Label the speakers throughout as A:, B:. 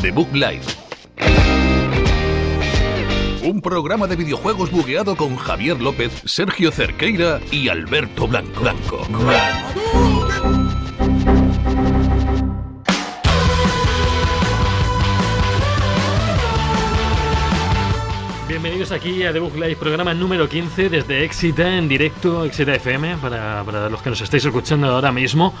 A: Facebook Live. Un programa de videojuegos bugueado con Javier López, Sergio Cerqueira y Alberto Blanco. Blanco.
B: Bienvenidos aquí a The Book Live, programa número 15 desde Exita en directo, Exita FM, para, para los que nos estáis escuchando ahora mismo.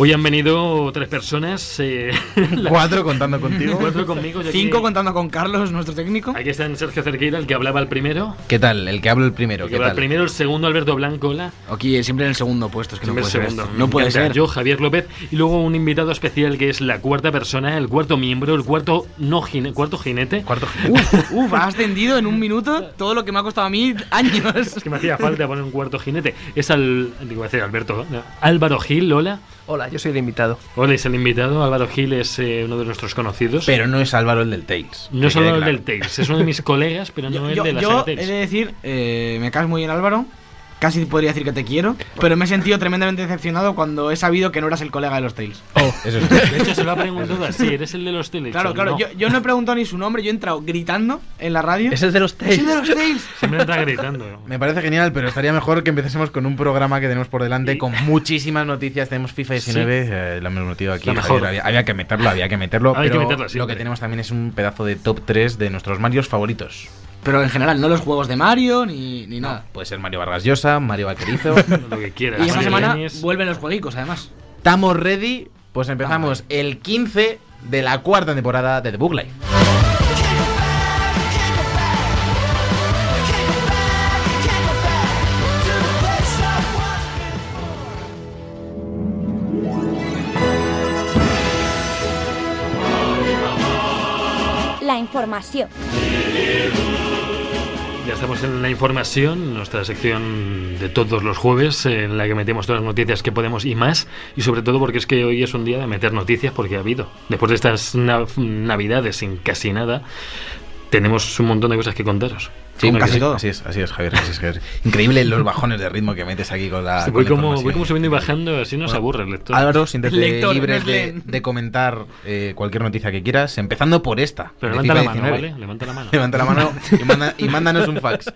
B: Hoy han venido tres personas. eh, la-
C: Cuatro contando contigo.
B: cuatro conmigo. yo aquí-
D: Cinco contando con Carlos, nuestro técnico.
B: Aquí están Sergio Cerqueira, el que hablaba el primero.
C: ¿Qué tal? El que habla el primero.
B: El que
C: ¿Qué
B: hablaba
C: tal?
B: el primero, el segundo, Alberto Blanco. hola.
D: Aquí eh, siempre en el segundo puesto, es que no
B: Primer
D: puede ser.
B: segundo.
D: No puede
B: Me encanta.
D: ser.
B: Yo, Javier López, y luego un invitado especial que es la cuarta persona, el cuarto miembro, el cuarto no jine- cuarto jinete.
C: Cuarto
D: Uf, uf, has ascendido en un minuto todo lo que me ha costado a mí años.
B: Es que me hacía falta poner un cuarto jinete. Es al. Digo, decir Alberto. ¿no? Álvaro Gil, hola.
E: Hola, yo soy el invitado.
B: Hola, es el invitado. Álvaro Gil es eh, uno de nuestros conocidos.
C: Pero no es Álvaro el del Tails.
B: no
C: que
B: solo
C: quede
B: el
C: claro.
B: del Tales, es uno de mis colegas, pero no el
D: yo
B: de la
D: yo
B: saga
D: he
B: Tales.
D: de decir, eh, me caes muy bien Álvaro. Casi podría decir que te quiero, pero me he sentido tremendamente decepcionado cuando he sabido que no eras el colega de los Tails.
B: Oh.
C: Eso es.
B: De hecho, se lo ha preguntado así: ¿eres el de los Tales?
D: Claro,
B: o
D: claro,
B: no?
D: yo, yo no he preguntado ni su nombre, yo he entrado gritando en la radio.
E: Es el de los
D: ¡Es el de
E: Tails.
D: los Tails!
B: Siempre está gritando.
C: Me parece genial, pero estaría mejor que empecésemos con un programa que tenemos por delante con muchísimas noticias. Tenemos FIFA 19, eh, lo hemos metido aquí.
B: La
C: Javier,
B: mejor.
C: había, había que meterlo, había que meterlo.
B: Había que
C: pero
B: meterlo
C: lo
B: siempre.
C: que tenemos también es un pedazo de top 3 de nuestros Marios favoritos.
D: Pero en general, no los juegos de Mario ni, ni nada.
C: Puede ser Mario Vargas Llosa, Mario Vaquerizo.
B: Lo que quieras.
D: Y esta
B: Mario
D: semana
B: Ibáñez.
D: vuelven los jueguicos, además.
C: ¿Estamos ready? Pues empezamos el 15 de la cuarta temporada de The Book Life.
F: La información.
B: Ya estamos en la información, nuestra sección de todos los jueves, eh, en la que metemos todas las noticias que podemos y más, y sobre todo porque es que hoy es un día de meter noticias porque ha habido. Después de estas nav- navidades sin casi nada, tenemos un montón de cosas que contaros.
C: Sí,
D: Como
C: casi
D: casi
C: todo.
D: todo.
C: Así es, así es, Javier. Así es, Javier. Increíble los bajones de ritmo que metes aquí con la.
B: Sí, voy,
C: con la
B: como,
C: información.
B: voy como subiendo y bajando, así nos
C: Bueno,
B: aburre el lector.
C: Álvaro, siéntete
D: Lector,
C: libre
D: no es
C: de,
D: leen.
C: de comentar eh, cualquier noticia que quieras, empezando por esta.
B: Pero
C: de
B: levanta la
C: FIFA
B: mano,
C: 19.
B: ¿vale? Levanta la mano.
C: Levanta la mano y, manda- y mándanos un fax.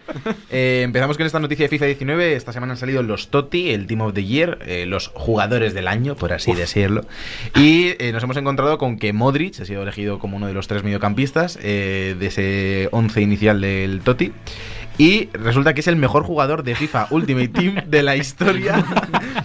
C: Eh, empezamos con esta noticia de FIFA 19. Esta semana han salido los TOTI, el Team of the Year, eh, los jugadores del año, por así decirlo. Y eh, nos hemos encontrado con que Modric ha sido elegido como uno de los tres mediocampistas eh, de ese 11 inicial del TOTI. Y resulta que es el mejor jugador de FIFA Ultimate Team de la historia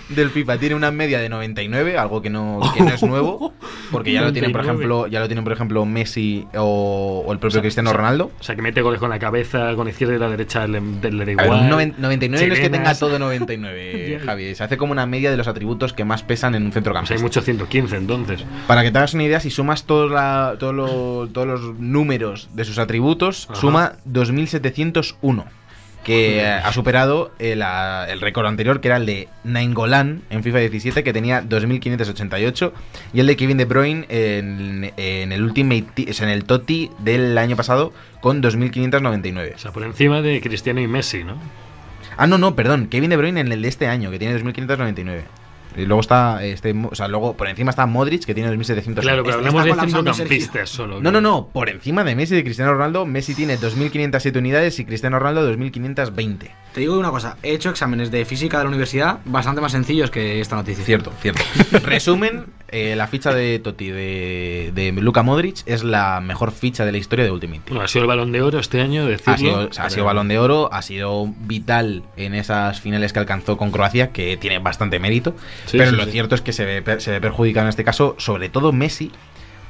C: del FIFA. Tiene una media de 99, algo que no, que no es nuevo, porque ya lo tienen, por
B: 99.
C: ejemplo, ya lo tienen, por ejemplo, Messi o, o el propio
B: O sea,
C: Cristiano
B: o sea,
C: Ronaldo.
B: O sea, que mete goles con la cabeza, con la izquierda y la derecha le, le da
C: A ver,
B: igual.
C: un noven- 99 no es que tenga
B: Chilenas.
C: todo 99,
B: Ya.
C: Javi. Se hace como una media de los atributos que más pesan en un
B: O sea, Pues hay
C: centrocampista.
B: muchos 115 entonces.
C: Para que te hagas una idea, si sumas todo la- todo lo- todos los números de sus atributos,
B: Ajá.
C: suma 2701. Que eh, ha superado el, ah, el récord anterior, que era el de Nainggolan en FIFA 17, que tenía 2.588, y el de Kevin De Bruyne en, en el Ultimate, Ti- o sea, en el Totti del año pasado, con 2.599.
B: O sea, por encima de Cristiano y Messi, ¿no?
C: Ah, no, no, perdón. Kevin De Bruyne en el de este año, que tiene 2.599. Y luego está este, Mo- o sea, luego por encima está Modric, que tiene 2.700.
B: Claro, pero
D: Está-
B: hablamos
D: está
B: de
D: colapsando,
B: centrocampistas solo.
C: No, no, no, por encima de Messi y de Cristiano Ronaldo, Messi tiene 2.507 unidades y Cristiano Ronaldo 2.520.
D: Te digo una cosa, he hecho exámenes de física de la universidad bastante más sencillos que esta noticia.
C: Cierto, cierto. Resumen, eh, la ficha de Totti de, de Luka Modric es la mejor ficha de la historia de Ultimate. Team.
B: Bueno, ha sido el balón de oro este año, decirlo.
C: Ha sido, o sea, ha sido balón de oro, ha sido vital en esas finales que alcanzó con Croacia, que tiene bastante mérito.
B: Sí,
C: pero
B: sí,
C: lo
B: sí.
C: cierto es que se ve, per- se ve perjudicado en este caso, sobre todo Messi,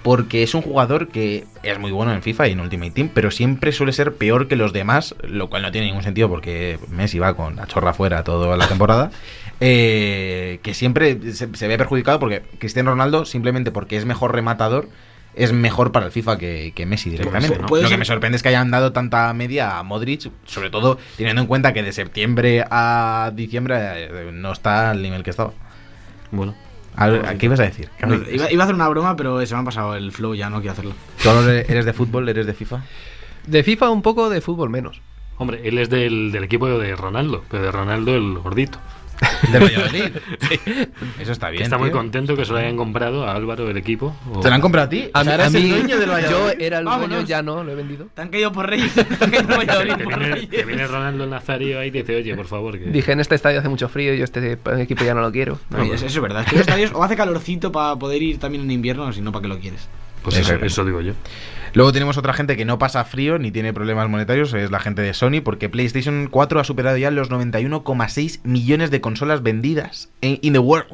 C: porque es un jugador que es muy bueno en FIFA y en Ultimate Team, pero siempre suele ser peor que los demás, lo cual no tiene ningún sentido porque Messi va con la chorra fuera toda la temporada. eh, que siempre se, se ve perjudicado porque Cristiano Ronaldo, simplemente porque es mejor rematador, es mejor para el FIFA que, que Messi directamente.
B: sí,
C: ¿no?
D: puede
C: Lo que
D: ser-
C: me sorprende es que hayan dado tanta media a Modric, sobre todo teniendo en cuenta que de septiembre a diciembre eh, no está al nivel que estaba.
B: Bueno,
C: Al- ¿a ¿Qué ibas a decir?
D: No, iba, iba a hacer una broma, pero se me ha pasado el flow, ya no quiero hacerlo.
C: ¿Tú ahora eres de fútbol? ¿Eres de FIFA?
E: De FIFA un poco, de fútbol menos.
B: hombre, él es del, del equipo de Ronaldo, pero de Ronaldo el gordito.
C: Del Valladolid. Eso está bien.
B: Está muy
C: tío.
B: contento que se lo hayan comprado a Álvaro el equipo. o-
C: ¿Te lo han comprado a ti?
E: A
C: O sea,
E: mí,
C: eres
E: a
C: el
E: mí-
C: dueño del
E: yo
C: Valladolid.
E: era el dueño,
D: Vámonos.
E: ya no, lo he vendido.
D: Te han caído por Reyes. Te han caído por
B: Te
D: Valladolid, por
B: viene, te viene
D: Reyes.
B: Ronaldo Nazario ahí y te dice, oye, por favor. Que...
E: Dije, en este estadio hace mucho frío y yo este equipo ya no lo quiero.
D: Oye, eso es verdad. Es que los estadios o hace calorcito para poder ir también en invierno, o si no, ¿para qué lo quieres?
B: Pues eso,
C: Exacto.
B: eso digo yo.
C: Luego tenemos otra gente que no pasa frío ni tiene problemas monetarios, es la gente de Sony, porque PlayStation 4 ha superado ya los 91,6 millones de consolas vendidas en in the world.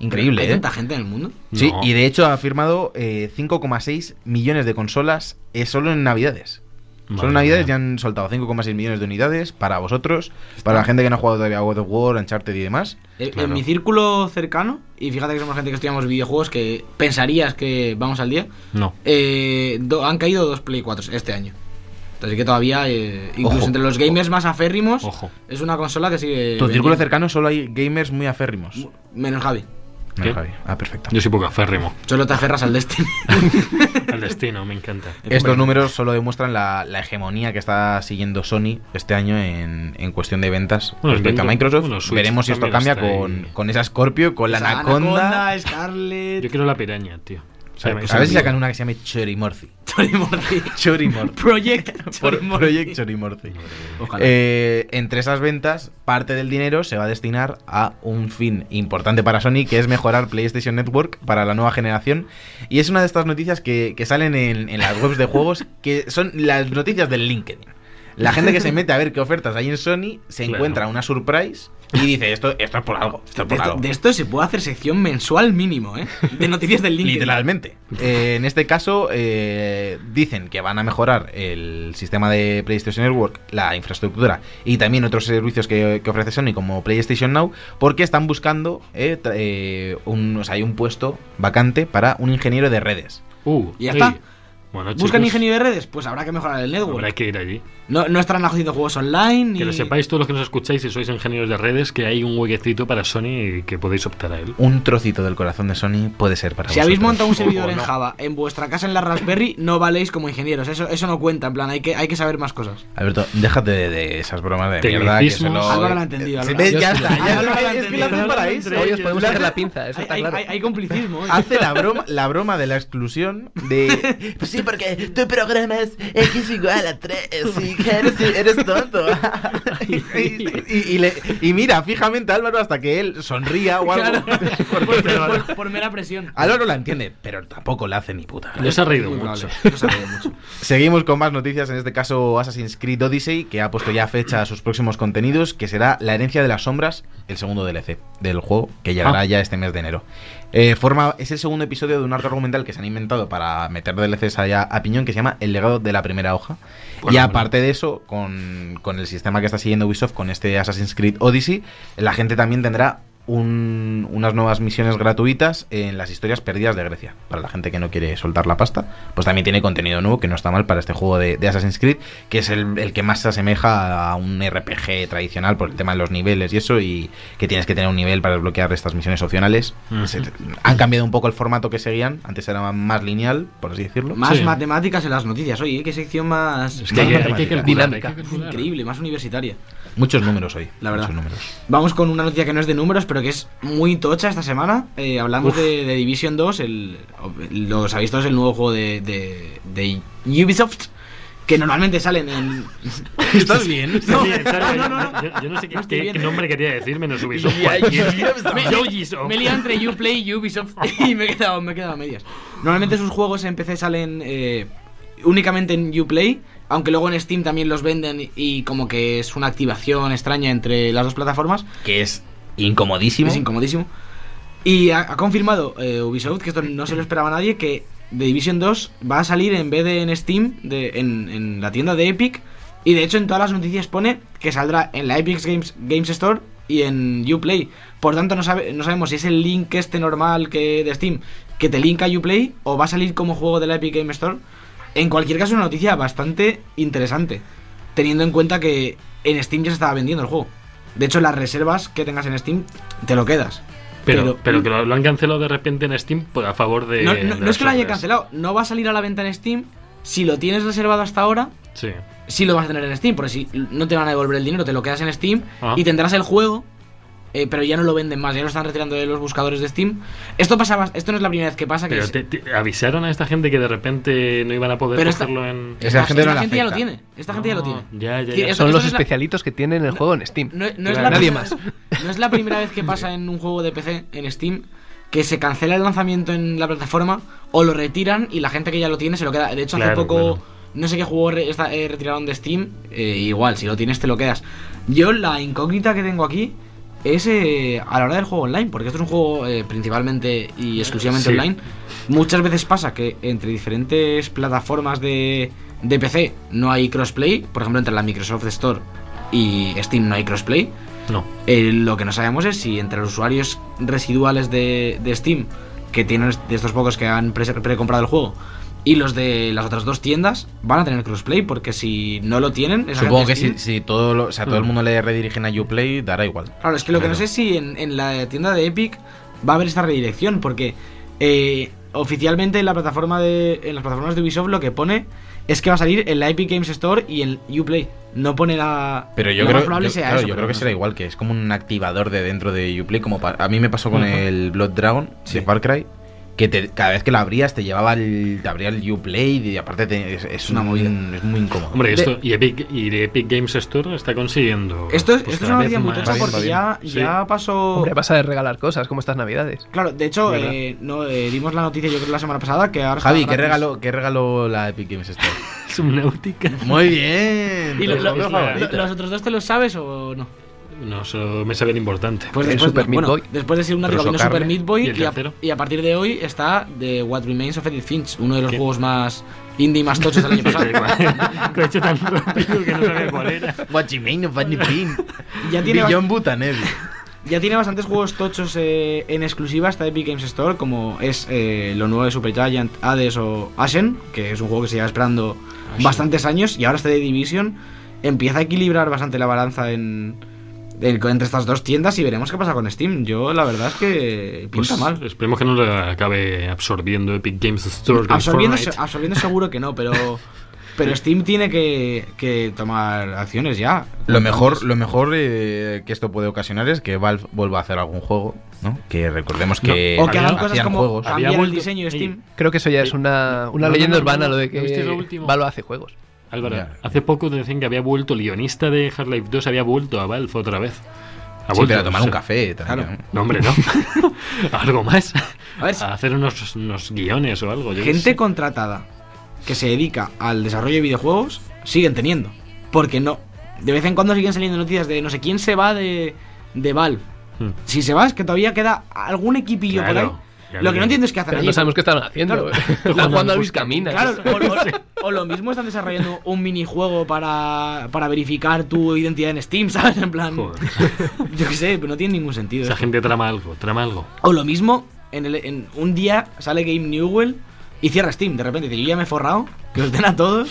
C: Increíble,
D: ¿Hay
C: ¿eh?
D: tanta gente en el mundo?
C: Sí,
B: No.
C: y de hecho ha firmado eh, 5,6 millones de consolas eh, solo en Navidades. solo
B: Madre
C: en Navidades
B: mía.
C: ya han soltado 5,6 millones de unidades para vosotros, para la gente que no ha jugado todavía a God of War, Uncharted y demás.
D: Eh,
B: Claro.
D: En mi círculo cercano, y fíjate que somos gente que estudiamos videojuegos que pensarías que vamos al día,
B: No.
D: eh, do- han caído dos Play 4 este año. Así que todavía, eh, incluso
C: Ojo.
D: entre los gamers más aférrimos,
B: Ojo.
D: es una consola que
B: Eh,
D: sigue.
C: tu círculo
D: vendiendo.
C: cercano solo hay gamers muy aférrimos.
D: Menos Javi.
C: No,
B: ¿Qué?
C: Javi. Ah, perfecto.
B: Yo soy poco aférrimo.
D: Solo te aferras al Destiny.
B: Al destino, me encanta.
C: Estos números solo demuestran la, la hegemonía que está siguiendo Sony este año en, en cuestión de ventas
B: Bueno,
C: respecto a
B: Nintendo,
C: Microsoft.
B: bueno, Switch
C: Veremos si esto
B: también
C: cambia
B: está
C: con,
B: ahí.
C: con esa Scorpio, con la
D: Esa
C: Anaconda.
D: Anaconda, Scarlet.
B: Yo quiero la piraña, tío. O sea, me-
C: Eh, A ver si sacan una que se llame Chorimorci.
D: Chorimordi.
C: Chorimorci.
D: Project Chorimordi.
C: Project Chorimorci.
D: Ojalá.
C: Eh, entre esas ventas, parte del dinero se va a destinar a un fin importante para Sony, que es mejorar PlayStation Network para la nueva generación. Y es una de estas noticias que, que salen en, en las webs de juegos, que son las noticias del LinkedIn. La gente que se mete a ver qué ofertas hay en Sony se
B: Claro.
C: encuentra una surprise y dice, esto, esto es por algo, esto es
D: de,
C: por
D: esto,
C: algo.
D: de esto se puede hacer sección mensual mínimo, ¿eh? De noticias del LinkedIn.
C: Literalmente. Eh, en este caso, eh, dicen que van a mejorar el sistema de PlayStation Network, la infraestructura y también otros servicios que, que ofrece Sony como PlayStation Now, porque están buscando eh, tra- eh, un, o sea, hay un puesto vacante para un ingeniero de redes.
B: Uh,
D: Ya está.
B: ey. Bueno,
D: ¿Buscan
B: chicos,
D: ingeniero de redes? Pues habrá que mejorar el network.
B: Habrá que ir allí.
D: No, no estarán haciendo juegos online.
B: Que lo
D: ni-
B: sepáis todos los que nos escucháis, si sois ingenieros de redes, que hay un huequecito para Sony y que podéis optar a él.
C: Un trocito del corazón de Sony puede ser para
D: Si habéis
C: vosotros.
D: montado un servidor
B: O
D: en
B: no.
D: Java en vuestra casa en la Raspberry, no valéis como ingenieros. Eso, eso no cuenta. En plan, hay que, hay que saber más cosas.
C: Alberto, déjate de, de esas bromas de mierda que se
B: Tecnicismos.
C: lo...
D: Álvaro lo ha entendido,
C: Eh,
D: Álvaro.
C: ¿ves?
E: Yo
C: Ya
E: sí
C: está,
E: lo-
C: ya
D: Álvaro lo ha
C: está, es que lo hacen
D: entendido.
C: para eso.
E: Hoy os podemos
C: Lo
E: hacer
C: hacen-
E: la pinza, eso
D: Hay,
E: está
D: hay-
E: claro.
D: hay- hay complicismo. oye.
C: hace la broma, la broma de la exclusión de. Pues sí, porque tu programa es X igual a 3 y que eres, eres tonto. y, y- y le- y mira fijamente a Álvaro hasta que él sonría o
D: Claro.
C: algo.
D: por, por-
B: Álvaro-
D: por- por mera presión.
C: Álvaro la entiende, pero tampoco la hace ni puta.
B: No se ha reído
D: Muy
B: mucho.
D: probable, no se ha reído mucho.
C: Seguimos con más noticias, en este caso Assassin's Creed Odyssey, que ha puesto ya fecha a sus próximos contenidos, que será La herencia de las sombras, el segundo DLC del juego, que llegará
B: Ah.
C: ya este mes de enero. Eh, forma, es el segundo episodio de un arco argumental que se han inventado para meter DLCs allá a piñón, que se llama El legado de la primera hoja.
B: Bueno, pues
C: y aparte de eso, con, con el sistema que está siguiendo Ubisoft con este Assassin's Creed Odyssey, la gente también tendrá un- unas nuevas misiones gratuitas en las historias perdidas de Grecia. Para la gente que no quiere soltar la pasta, pues también tiene contenido nuevo que no está mal para este juego de, de Assassin's Creed, que es el, el que más se asemeja a un RPG tradicional por el tema de los niveles y eso, y que tienes que tener un nivel para desbloquear estas misiones opcionales.
B: Ujú.
C: Se- Han cambiado un poco el formato que seguían, antes era más lineal, por así decirlo.
D: Más
B: Sí.
D: matemáticas en las noticias. Oye, qué sección más.
B: Es que hay, que- hay que calcular,
C: Dinámica.
B: hay que calcular.
D: Increíble, más universitaria.
C: Muchos números hoy,
D: La verdad.
C: muchos números.
D: Vamos con una noticia que no es de números, pero que es muy tocha esta semana. Eh, hablamos
B: Uf.
D: de, de Division 2, el, lo sabéis todos, el nuevo juego de, de- de Ubisoft, que normalmente salen en...
C: ¿Estás bien?
B: Sí, en serio,
D: No, no, no.
B: Yo, yo no sé qué,
D: No estoy
B: qué-
D: bien.
B: qué nombre quería decir, menos Ubisoft.
C: Ya,
B: Cualquier-
C: Ubisoft.
B: Ubisoft.
D: Me he liado entre Uplay y Ubisoft y me he quedado, me he quedado a medias. Normalmente sus juegos en PC salen eh, únicamente en Uplay, aunque luego en Steam también los venden y como que es una activación extraña entre las dos plataformas.
C: Que es incomodísimo.
D: Es incomodísimo. Y ha, ha confirmado eh, Ubisoft, que esto no se lo esperaba nadie, que The Division 2 va a salir en vez de en Steam, de, en, en la tienda de Epic. Y de hecho en todas las noticias pone que saldrá en la Epic Games, Games Store y en Uplay. Por tanto, no, sabe- no sabemos si es el link este normal que de Steam que te linka a Uplay o va a salir como juego de la Epic Game Store. En cualquier caso, una noticia bastante interesante, teniendo en cuenta que en Steam ya se estaba vendiendo el juego. De hecho, las reservas que tengas en Steam te lo quedas.
B: Pero, pero que lo, lo han cancelado de repente en Steam por- a favor de.
D: no, no-
B: de
D: no
B: las
D: es que lo haya
B: obras.
D: cancelado, no va a salir a la venta en Steam. Si lo tienes reservado hasta ahora,
B: Sí.
D: sí lo vas a tener en Steam, porque si no te van a devolver el dinero, te lo quedas en Steam
B: Ah.
D: y tendrás el juego eh, pero ya no lo venden más, ya lo están retirando de los buscadores de Steam. Esto pasaba, esto no es la primera vez que pasa, que
B: Pero
D: es-
B: te- te avisaron a esta gente que de repente no iban a poder
D: Pero esta-
B: cogerlo en.
C: Esa
D: esta-
C: gente
D: esta
C: no la
D: gente ya lo
C: afecta.
D: tiene, esta gente ya lo
B: No,
D: tiene.
B: Ya, ya,
D: Tiene-
B: ya.
D: eso-
E: Son
D: eso
E: los
D: no es la-
E: especialitos que tienen el juego en Steam.
D: No, no es
E: Claro,
D: la
E: nadie
D: primera-
E: más.
D: No es la primera vez que pasa en un juego de PC en Steam que se cancela el lanzamiento en la plataforma o lo retiran y la gente que ya lo tiene se lo queda. De hecho, hace
B: Claro,
D: poco
B: claro.
D: no sé qué juego re- está- eh, retiraron de Steam. eh, igual, si lo tienes te lo quedas. Yo la incógnita que tengo aquí es eh, a la hora del juego online, porque esto es un juego eh, principalmente y exclusivamente
B: Sí.
D: online. Muchas veces pasa que entre diferentes plataformas de, de PC no hay crossplay. Por ejemplo, entre la Microsoft Store y Steam no hay crossplay.
B: No.
D: Eh, lo que no sabemos es si entre los usuarios residuales de, de Steam, que tienen est- de estos pocos que han pre- precomprado el juego, y los de las otras dos tiendas van a tener crossplay, porque si no lo tienen, esa
C: Supongo
D: gente de
C: que si,
D: Steam-
C: si todo, lo- o sea, todo el
B: Mm.
C: mundo le redirigen a Uplay, dará igual.
D: Claro, es que lo que no sé
C: Claro.
D: es si en, en la tienda de Epic va a haber esta redirección, porque eh, oficialmente en, la plataforma de, en las plataformas de Ubisoft lo que pone es que va a salir en la Epic Games Store y en Uplay. No pone la.
C: Pero yo
D: lo
C: creo,
D: más probable
C: yo-
D: sea
C: claro,
D: eso,
C: yo
D: pero
C: creo que
D: no
C: será
D: sé.
C: igual, que es como un activador de dentro de Uplay. Como pa- a mí me pasó con
B: Ujú.
C: el Blood Dragon
D: Sí.
C: de Far Cry, que te- cada vez que lo abrías te llevaba el, te abría el Uplay y aparte te- es, es
D: Una
C: un- Es muy incómodo.
B: Hombre, y
D: De-
B: esto, y, Epic, y de Epic Games Store está consiguiendo.
D: Esto, es-
B: pues,
D: esto es
B: cada
D: una
B: vez
D: noticia muy
B: más-
D: tocha
C: bien, va
D: porque
C: bien.
D: ya,
B: Sí.
D: ya pasó.
E: Hombre, pasa de regalar cosas como estas navidades.
D: Claro, de hecho,
B: ¿Verdad?
D: eh, no, eh, dimos la noticia yo creo la semana pasada que ahora está
C: Javi, ¿qué
D: gratis.
C: regaló, ¿qué regaló la Epic Games Store?
B: Subnautica.
C: muy bien.
D: ¿Y lo-
C: tu
D: lo-
C: juego
B: lo-
D: ¿Lo-
C: favorito.
D: ¿Los otros dos te los sabes o no?
B: No, eso me sabe lo importante.
D: Pues
E: El Super Meat Boy.
D: después de ser un
C: Pero
D: artículo
C: socarle.
D: Super Meat Boy
B: ¿Y el
D: y a,
B: tercero?
D: y a partir de hoy está The What Remains of Edith Finch, uno de los
B: ¿Qué?
D: juegos más indie más tochos del año pasado.
B: Lo he hecho tan rápido que no sabía cuál era.
C: What you mean of Bunny Pin?
D: ya, tiene,
C: Beyond
D: bas-
C: Butanel.
D: ya tiene bastantes juegos tochos eh, en exclusiva hasta Epic Games Store, como es eh, lo nuevo de Supergiant, Hades o Ashen, que es un juego que se lleva esperando bastantes años y ahora este de Division empieza a equilibrar bastante la balanza en, en- entre estas dos tiendas y veremos qué pasa con Steam. Yo la verdad es que
B: Pues
D: pinta mal.
B: Esperemos que no lo acabe absorbiendo Epic Games Store. con
D: Absorbiendo, se-
B: Fortnite.
D: absorbiendo seguro que no, pero pero Steam tiene que, que tomar acciones ya.
C: Lo mejor, lo mejor eh, que esto puede ocasionar es que Valve vuelva a hacer algún juego, ¿no? Que recordemos que,
D: o que hagan
C: hacían
D: cosas como
C: juegos.
B: Había
D: cambiar el
B: vuelto-
D: diseño de
B: Oye,
D: Steam.
E: Creo que eso ya es
B: Sí.
E: una, una
B: No, no,
E: leyenda
B: no, no,
E: urbana
B: no.
E: este lo de que
B: ¿No viste lo último?
E: Valo hace juegos.
D: ah,
B: Álvaro,
C: Ya.
B: hace poco te decían que había vuelto el guionista de Half-Life 2, había vuelto a Valve otra vez. Ha
C: Sí,
B: vuelto,
C: pero a tomar
B: o
C: un
B: sea,
C: café también.
D: Claro.
B: No, hombre, no. algo más.
D: A ver,
B: A hacer unos, unos guiones o algo. yo qué
D: gente
B: sé.
D: contratada que se dedica al desarrollo de videojuegos siguen teniendo. Porque no. De vez en cuando siguen saliendo noticias de no sé quién se va de, de Valve.
B: Mm.
D: Si se va es que todavía queda algún equipillo
B: Claro,
D: por ahí.
B: claro
D: Lo que
B: que-
D: no entiendo es qué hacen
E: Pero
D: allí.
E: no sabemos qué están haciendo. Están jugando a Luis Camina.
D: Claro, o, o- o lo mismo están desarrollando un minijuego para, para verificar tu identidad en Steam, ¿sabes? En plan,
B: Joder.
D: yo qué sé, pero no tiene ningún sentido.
B: Esa
D: eso.
B: gente trama algo, trama algo.
D: O lo mismo, en, el- en un día sale Game Newell y cierra Steam. De repente dice, yo ya me he forrado, que os den a todos.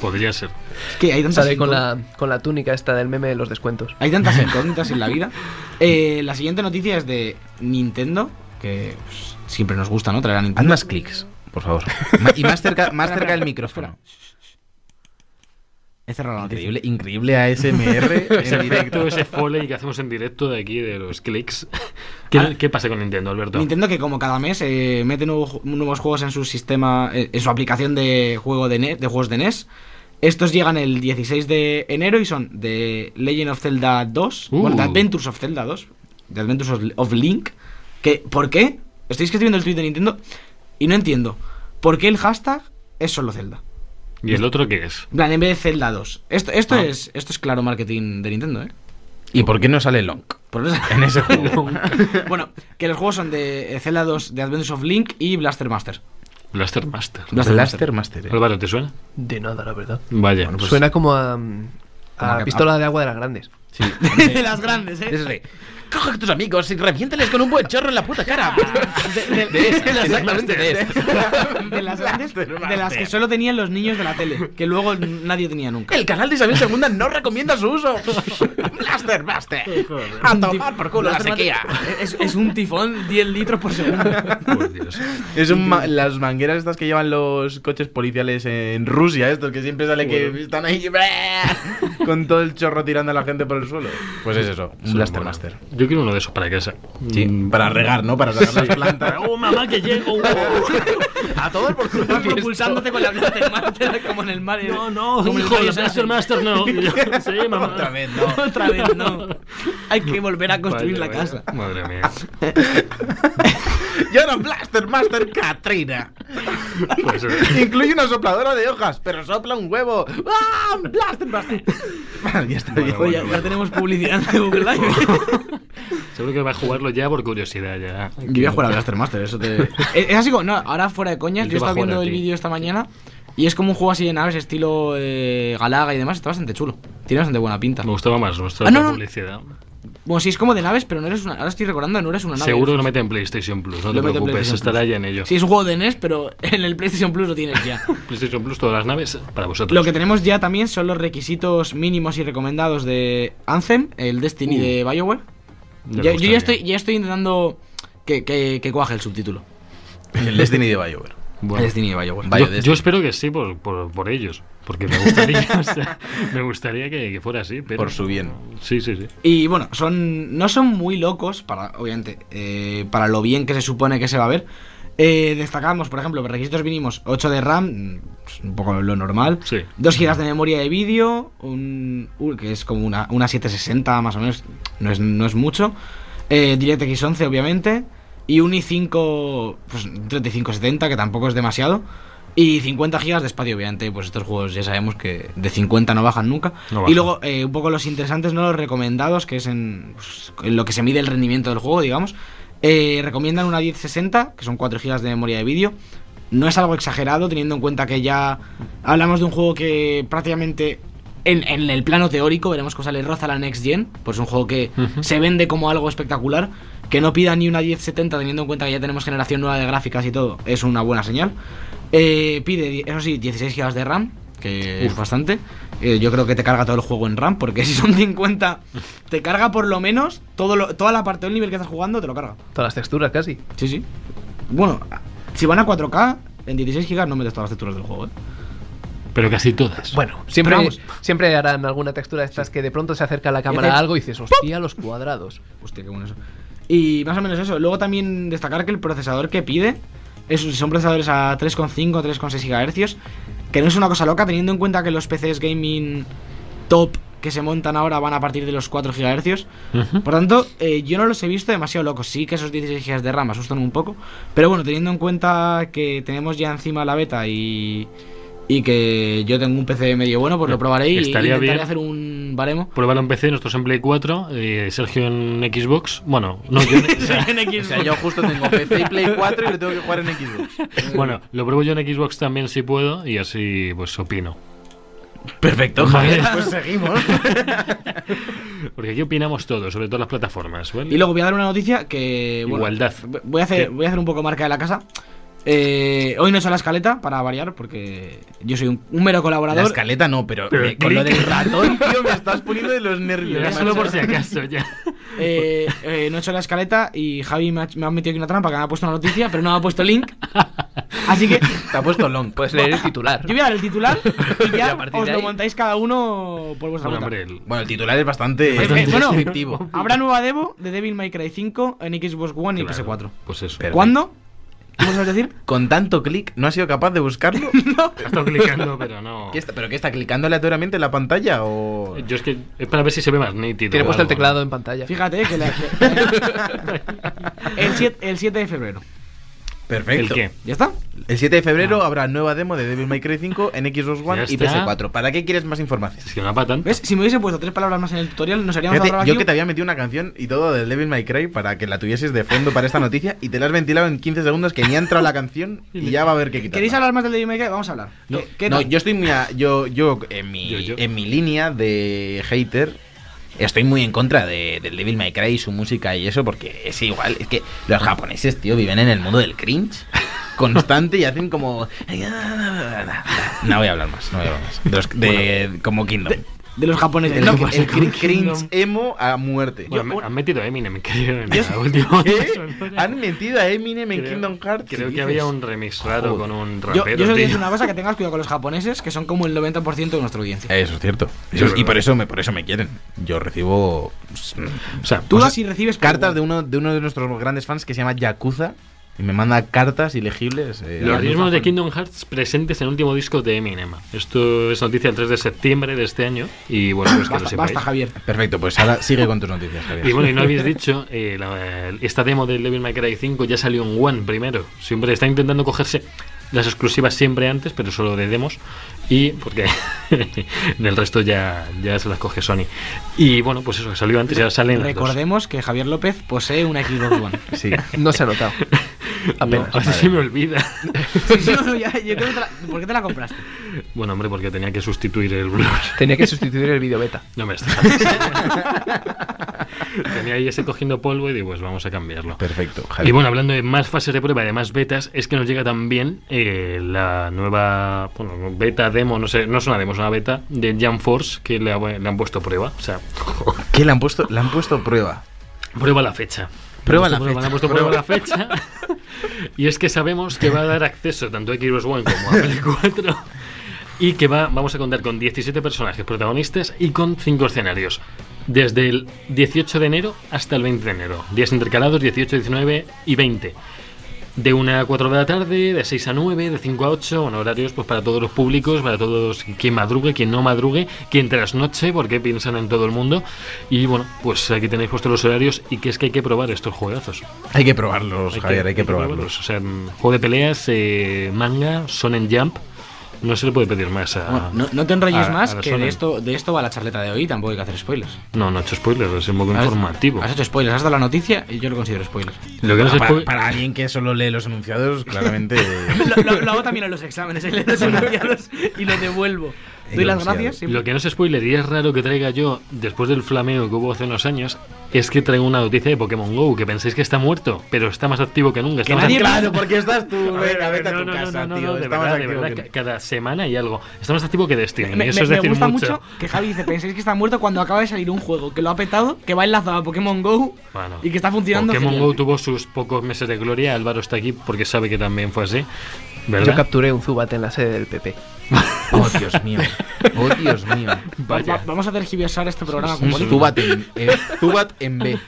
B: Podría ser.
D: Es que hay tantas,
E: Sale con
D: incógn-
E: la, con la túnica esta del meme de los descuentos.
D: hay tantas incógnitas en la vida. Eh, la siguiente noticia es de Nintendo, que pues, siempre nos gusta, ¿no? Traer a
C: Haz
D: Nintendo.
C: más clics, por favor. Ma- y más cerca, más cerca del micrófono.
D: He cerrado la noticia.
C: Increíble, increíble ASMR
B: Ese efecto,
C: en directo.
B: ese foley que hacemos en directo de aquí, de los clics. ¿Qué,
D: Ah.
B: qué pasa con Nintendo, Alberto?
D: Nintendo que como cada mes eh, mete nuevo ju- nuevos juegos en su sistema, eh, en su aplicación de juego de, NES, de juegos de NES. Estos llegan el 16 de enero y son de Legend of Zelda 2,
B: Uh.
D: bueno, The Adventures of Zelda 2, The Adventures of, of Link. Que, ¿Por qué? Estoy escribiendo el tweet de Nintendo y no entiendo. ¿Por qué el hashtag es solo Zelda?
B: ¿Y el otro qué es?
D: En plan, en vez de Zelda 2. Esto, esto,
B: Ah.
D: es, esto es claro marketing de Nintendo, ¿eh?
C: ¿Y por qué no sale Long?
D: Por eso-
C: En ese juego.
D: bueno, que los juegos son de eh, Zelda 2, The Adventures of Link y Blaster Master.
B: Blaster Master.
D: Blaster
C: Blaster Master. eh.
B: Álvaro, ¿te suena?
E: De nada, la verdad.
B: Vaya.
E: Suena como a, mm,
D: Como
E: a
D: que-
E: pistola de agua de las grandes.
D: de las grandes, ¿eh?
C: Es de, Coge a tus amigos y reviéntales con un buen chorro en la puta cara. De esas, exactamente de esas.
D: De las grandes,
C: Blaster
D: de las que
C: Master.
D: solo tenían los niños de la tele, que luego n- nadie tenía nunca.
C: El canal de Isabel II no recomienda su uso. Blaster Master. A tomar por culo la
D: Blaster
C: sequía.
D: Es, es un tifón 10 litros por segundo.
B: Por Dios.
C: Es un ma- las mangueras estas que llevan los coches policiales en Rusia, estos que siempre sale que están ahí con todo el chorro tirando a la gente por el subsuelo. Pues es eso, un Blaster Master.
B: Yo quiero uno de esos para casa. Mm,
C: Para regar, ¿no? Para regar las plantas.
B: ¡Oh, mamá, que llego!
C: A todos por culo.
D: Propulsándote con la Blaster Master como en el mar. eh.
B: No, no,
D: Como en el
B: hijo,
D: Mario
B: el Blaster Master no. Sí, mamá.
C: Otra vez, no.
D: Master. Otra vez, no. Hay que volver a construir
B: Vaya,
D: la
B: vaya.
D: casa.
B: Madre mía.
C: Y ahora Blaster Master Katrina.
B: Pues, eh,
C: Incluye una sopladora de hojas, pero sopla un huevo. ¡Ah! ¡Blaster Master! ya está bien.
D: Oye, ya, tenemos publicidad de Google Live.
B: seguro que va a jugarlo ya por curiosidad. ya.
D: Yo voy a jugar a Blaster Master, eso te. es, es así como. No, ahora fuera de coñas,
B: Él
D: yo
B: te va
D: estaba
B: a jugar
D: viendo
B: a
D: el
B: ti.
D: vídeo esta mañana y es como un juego así de naves estilo eh, Galaga y demás. Está bastante chulo. Tiene bastante buena pinta.
B: Me gustaba más nuestra
D: Ah, no, no.
B: publicidad.
D: Bueno, sí, es como de naves, pero no eres una. Ahora estoy recordando, no eres una nave.
B: Seguro que lo mete en PlayStation Plus, no
D: Lo
B: te
D: mete en
B: preocupes,
D: PlayStation
B: estará
D: Plus.
B: ya en ello.
D: Sí, es un juego de NES, pero en el PlayStation Plus lo tienes ya.
B: PlayStation Plus, todas las naves para vosotros.
D: Lo que tenemos ya también son los requisitos mínimos y recomendados de Anthem, el Destiny
B: Uh.
D: de Bioware.
B: Ya me
D: Ya- yo ya
B: gustaría.
D: estoy, ya estoy intentando que, que, que cuaje el subtítulo.
C: El Destiny de Bioware.
B: Bueno,
D: El Destiny de este. Bioware.
C: Bio
B: yo,
C: Destiny.
B: yo espero que sí, por, por, por ellos. Porque me gustaría, o sea, me gustaría que, que fuera así. Pero...
C: Por su bien.
B: Sí, sí, sí.
D: Y bueno, son no son muy locos, para obviamente, eh, para lo bien que se supone que se va a ver. Eh, destacamos, por ejemplo, requisitos mínimos 8 de RAM, mm, pues, un poco lo normal.
B: Sí.
D: 2 GB de memoria de vídeo, un, un- que es como una, una 760 más o menos, no es, no es mucho. Eh, DirectX 11, obviamente. Y un i5, pues un 3570, que tampoco es demasiado. Y 50 GB de espacio, obviamente, pues estos juegos ya sabemos que de 50 no bajan nunca.
B: No
D: Y
B: bajan.
D: luego eh, un poco los interesantes, no los recomendados, que es en, pues, en lo que se mide el rendimiento del juego, digamos. Eh, recomiendan una 1060, que son 4 GB de memoria de vídeo. No es algo exagerado, teniendo en cuenta que ya hablamos de un juego que prácticamente en, en el plano teórico veremos que sale roza la Next Gen, pues un juego que
B: Ujú.
D: se vende como algo espectacular. Que no pida ni una 1070, teniendo en cuenta que ya tenemos generación nueva de gráficas y todo, es una buena señal. Eh, pide, die- eso sí, 16 GB de RAM, que es bastante. Eh, yo creo que te carga todo el juego en RAM, porque si son 50, te carga por lo menos todo lo- toda la parte del nivel que estás jugando, te lo carga.
E: Todas las texturas casi.
D: Sí, sí. Bueno, si van a 4K, en 16 GB no metes todas las texturas del juego, ¿eh?
B: Pero casi todas.
E: Bueno, siempre,
D: Pero vamos.
E: siempre harán alguna textura de estas que de pronto se acerca a la cámara
D: hace-
E: a algo y dices, hostia, los cuadrados.
D: Hostia, qué bueno eso. Y más o menos eso. Luego también destacar que el procesador que pide es, son procesadores a 3,5 o 3,6 GHz, que no es una cosa loca teniendo en cuenta que los PCs gaming top que se montan ahora van a partir de los 4 GHz.
B: Ujú.
D: Por tanto, eh, yo no los he visto demasiado locos. Sí que esos 16 GB de RAM asustan un poco. Pero bueno, teniendo en cuenta que tenemos ya encima la beta y, y que yo tengo un PC medio bueno, pues lo probaré y
B: Eh, Estaría
D: intentaré
B: bien.
D: hacer un baremo.
B: Pruébalo en PC, nosotros en Play 4, eh, Sergio en Xbox. Bueno, no, yo en- o sea,
C: O sea, yo justo tengo PC y Play 4 y lo tengo que jugar en Xbox.
B: bueno, lo pruebo yo en Xbox también si puedo y así pues opino.
C: Perfecto,
B: Javier.
C: Pues seguimos.
B: Porque aquí opinamos todo, sobre todas las plataformas. ¿vale?
D: Y luego voy a dar una noticia que. bueno,
B: Igualdad.
D: Voy a, hacer,
B: ¿Qué?
D: voy a hacer un poco marca de la casa. Eh, hoy no he hecho la escaleta para variar, porque yo soy un, un mero
C: La
D: colaborador.
C: escaleta no, pero,
B: Pero
C: me- con lo
B: clic.
C: del ratón, tío, me estás poniendo de los nervios.
B: Ya
C: macho.
B: solo por si acaso, ya.
D: Eh, eh, no he hecho la escaleta y Javi me ha, me ha metido aquí una trampa que me ha puesto una noticia, pero no me ha puesto link. Así que
C: Te ha puesto long.
E: Puedes leer el titular.
D: yo voy a dar el titular y
E: Y
D: ya
E: a partir
D: os
E: de
D: lo
E: ahí-
D: montáis cada uno por vuestra
B: Bueno, hombre,
D: cuenta.
B: el-
C: Bueno, el titular es bastante,
D: Eh, bueno.
C: descriptivo.
D: Habrá nueva Devo de Devil May Cry 5 en Xbox One y
B: claro,
D: PS4.
B: Pues eso.
C: Pero-
D: ¿Cuándo? ¿Qué vas a decir?
C: Con tanto clic, ¿no has sido capaz de buscarlo?
B: He estado clicando, pero no.
C: ¿Qué está- ¿Pero qué está clicando aleatoriamente en la pantalla? O...
B: Eh, Yo es que es para ver si se ve más nítido.
E: Tiene
B: o
E: puesto el
B: algo.
E: teclado en pantalla.
D: Fíjate que la- que- el, 7, el 7 de febrero.
B: ¿El
C: Perfecto.
B: qué?
D: ¿Ya está?
C: El 7 de febrero habrá nueva demo de Devil May Cry 5 en Xbox One
B: Ya
C: y
B: está.
C: PS4. ¿Para qué quieres más información?
B: Es que no va tan.
D: ¿Ves? Si me hubiese puesto tres palabras más en el tutorial, nos haríamos
C: Fíjate,
D: ahorrado
C: yo
D: aquí
C: que te había metido una canción y todo de Devil May Cry para que la tuvieses de fondo para esta noticia y te la has ventilado en 15 segundos que ni ha entrado la canción y ya va a haber que quitarla.
D: ¿Queréis hablar más del Devil May Cry? Vamos a hablar.
B: No,
D: ¿Qué- qué
C: no,
D: tal?
C: yo estoy muy a- yo yo en mi
B: Yo, yo.
C: en mi línea de hater estoy muy en contra de, del Devil May Cry y su música y eso porque es igual, es que los japoneses, tío, viven en el mundo del cringe constante y hacen como no voy a hablar más, no voy a hablar más de, los- de- como Kingdom.
D: de los japoneses.
C: El,
D: No,
C: el
D: que-
B: pasa?
C: cr-
B: Kingdom.
C: cringe emo a muerte.
B: Bueno,
D: Yo-
B: han metido a Eminem, creo, en la última.
C: ¿Qué? Han metido a Eminem en
B: Creo-
C: Kingdom Hearts.
B: Creo
C: ¿Qué
B: que
C: dices?
B: había un remix raro
C: Joder.
B: con un
D: Yo, yo
B: rapero.
D: solo
B: tío.
D: digo una cosa, que tengas cuidado con los japoneses, que son como el 90% de nuestra audiencia.
C: Eso es cierto.
B: Eso es
C: y
B: verdad.
C: por eso, me, por eso me quieren. Yo recibo
B: O sea,
D: Tú
B: pues-
D: así recibes...
C: cartas de uno, de uno de nuestros grandes fans que se llama Yakuza. Y me manda cartas ilegibles. eh,
B: Los
C: a mi
B: ritmos de
C: Japón.
B: Kingdom Hearts presentes en el último disco de Eminem. Esto es noticia el 3 de septiembre de este año. Y bueno, pues que lo
D: Basta,
B: sepáis.
D: basta, Javier.
C: Perfecto, pues ahora sigue con tus noticias, Javier.
B: Y bueno, y no habéis dicho, eh, la- esta demo del Devil May Cry 5 ya salió en One primero. Siempre está intentando cogerse las exclusivas siempre antes, pero solo de demos. Y porque del resto ya, ya se las coge Sony. Y bueno, pues eso, que salió antes, ya salen
D: pues.
B: las dos.
D: Recordemos que Javier López posee una Xbox One.
C: Sí.
E: No se ha notado.
B: No,
E: Apenas.
B: a veces se me olvida.
D: Sí, sí, no, no, ya- yo creo que te la- ¿Por qué te la compraste?
B: Bueno, hombre, porque tenía que sustituir el Blu-ray.
E: Tenía que sustituir el video beta.
B: No me está. Tenía ahí ese cogiendo polvo y digo, pues vamos a cambiarlo.
C: Perfecto, Javier.
B: Y bueno, hablando de más fases de prueba y de más betas, es que nos llega también eh, la nueva bueno, beta, demo, no sé, no es una demo, es una beta de Jam Force que le, ha- le han puesto prueba. O sea,
C: ¿Qué le han puesto? Le han puesto prueba.
B: prueba la fecha.
C: Prueba
B: Le han
C: la
B: puesto
C: fecha.
B: Le han puesto prueba la fecha. y es que sabemos que va a dar acceso tanto a Xbox One como a Play 4. Y que va, vamos a contar con 17 personajes protagonistas y con 5 escenarios. Desde el 18 de enero hasta el 20 de enero. Días intercalados 18, 19 y 20. De 1 a 4 de la tarde, de 6 a 9, de 5 a 8, bueno, horarios pues para todos los públicos, para todos quien madrugue, quien no madrugue, quien trasnoche, porque piensan en todo el mundo. Y bueno, pues aquí tenéis puestos los horarios y que es que hay que probar estos juegazos.
C: Hay que probarlos,
B: Hay
C: Pues, Javier, hay que
B: O
C: probarlos.
B: sea, mm, juego de peleas, eh, manga, Sonen Jump, no se le puede pedir más a...
D: Bueno, no, no te enrolles
B: a-
D: más,
B: a la
D: que
B: Sony.
D: de esto, de esto va la charleta de hoy, tampoco hay que hacer spoilers.
B: No, no he hecho spoilers, es un poco
D: ¿Has-
B: informativo.
D: Has hecho spoilers, has dado la noticia y yo lo considero spoiler.
B: Lo que no se
C: Para,
B: puede-
C: para alguien que solo lee los anunciados, claramente. eh,
D: lo, hago también en los exámenes, ¿eh? en los y lo devuelvo.
C: Y
D: Doy
C: lo
D: las
C: ansiado.
D: gracias. sí.
B: Lo que no es spoiler y es raro que traiga yo después del flameo que hubo hace unos años es que traigo una noticia de Pokémon Go que pensáis que está muerto, pero está más activo que nunca. Está más
D: nadie-
B: activo-
C: claro, porque estás tú.
B: A ver,
C: Venga,
B: a ver,
C: vete a
B: no,
C: tu
B: no, no, no,
C: casa,
B: no,
C: tío.
B: de
C: Estamos
B: verdad, de
C: activos
B: verdad,
C: que-
B: ca- cada semana hay algo. Está más activo que Destiny. ¿eh?
D: Me, me-
B: eso es
D: me
B: decir
D: gusta mucho.
B: mucho.
D: que Javi dice, penséis que está muerto cuando acaba de salir un juego que lo ha petado, que va enlazado a Pokémon GO
B: Bueno,
D: y que está funcionando.
B: Pokémon
D: genial.
B: Go tuvo sus pocos meses de gloria. Álvaro está aquí porque sabe que también fue así.
E: Yo
B: ¿Verdad? Eh,
E: capturé un Zubat en la sede del PP.
C: Oh, Dios mío. Oh, Dios mío.
D: Va-
B: Vaya.
D: va- vamos a tergiversar este programa con
C: Un
D: política.
C: Zubat en, eh, Zubat en B.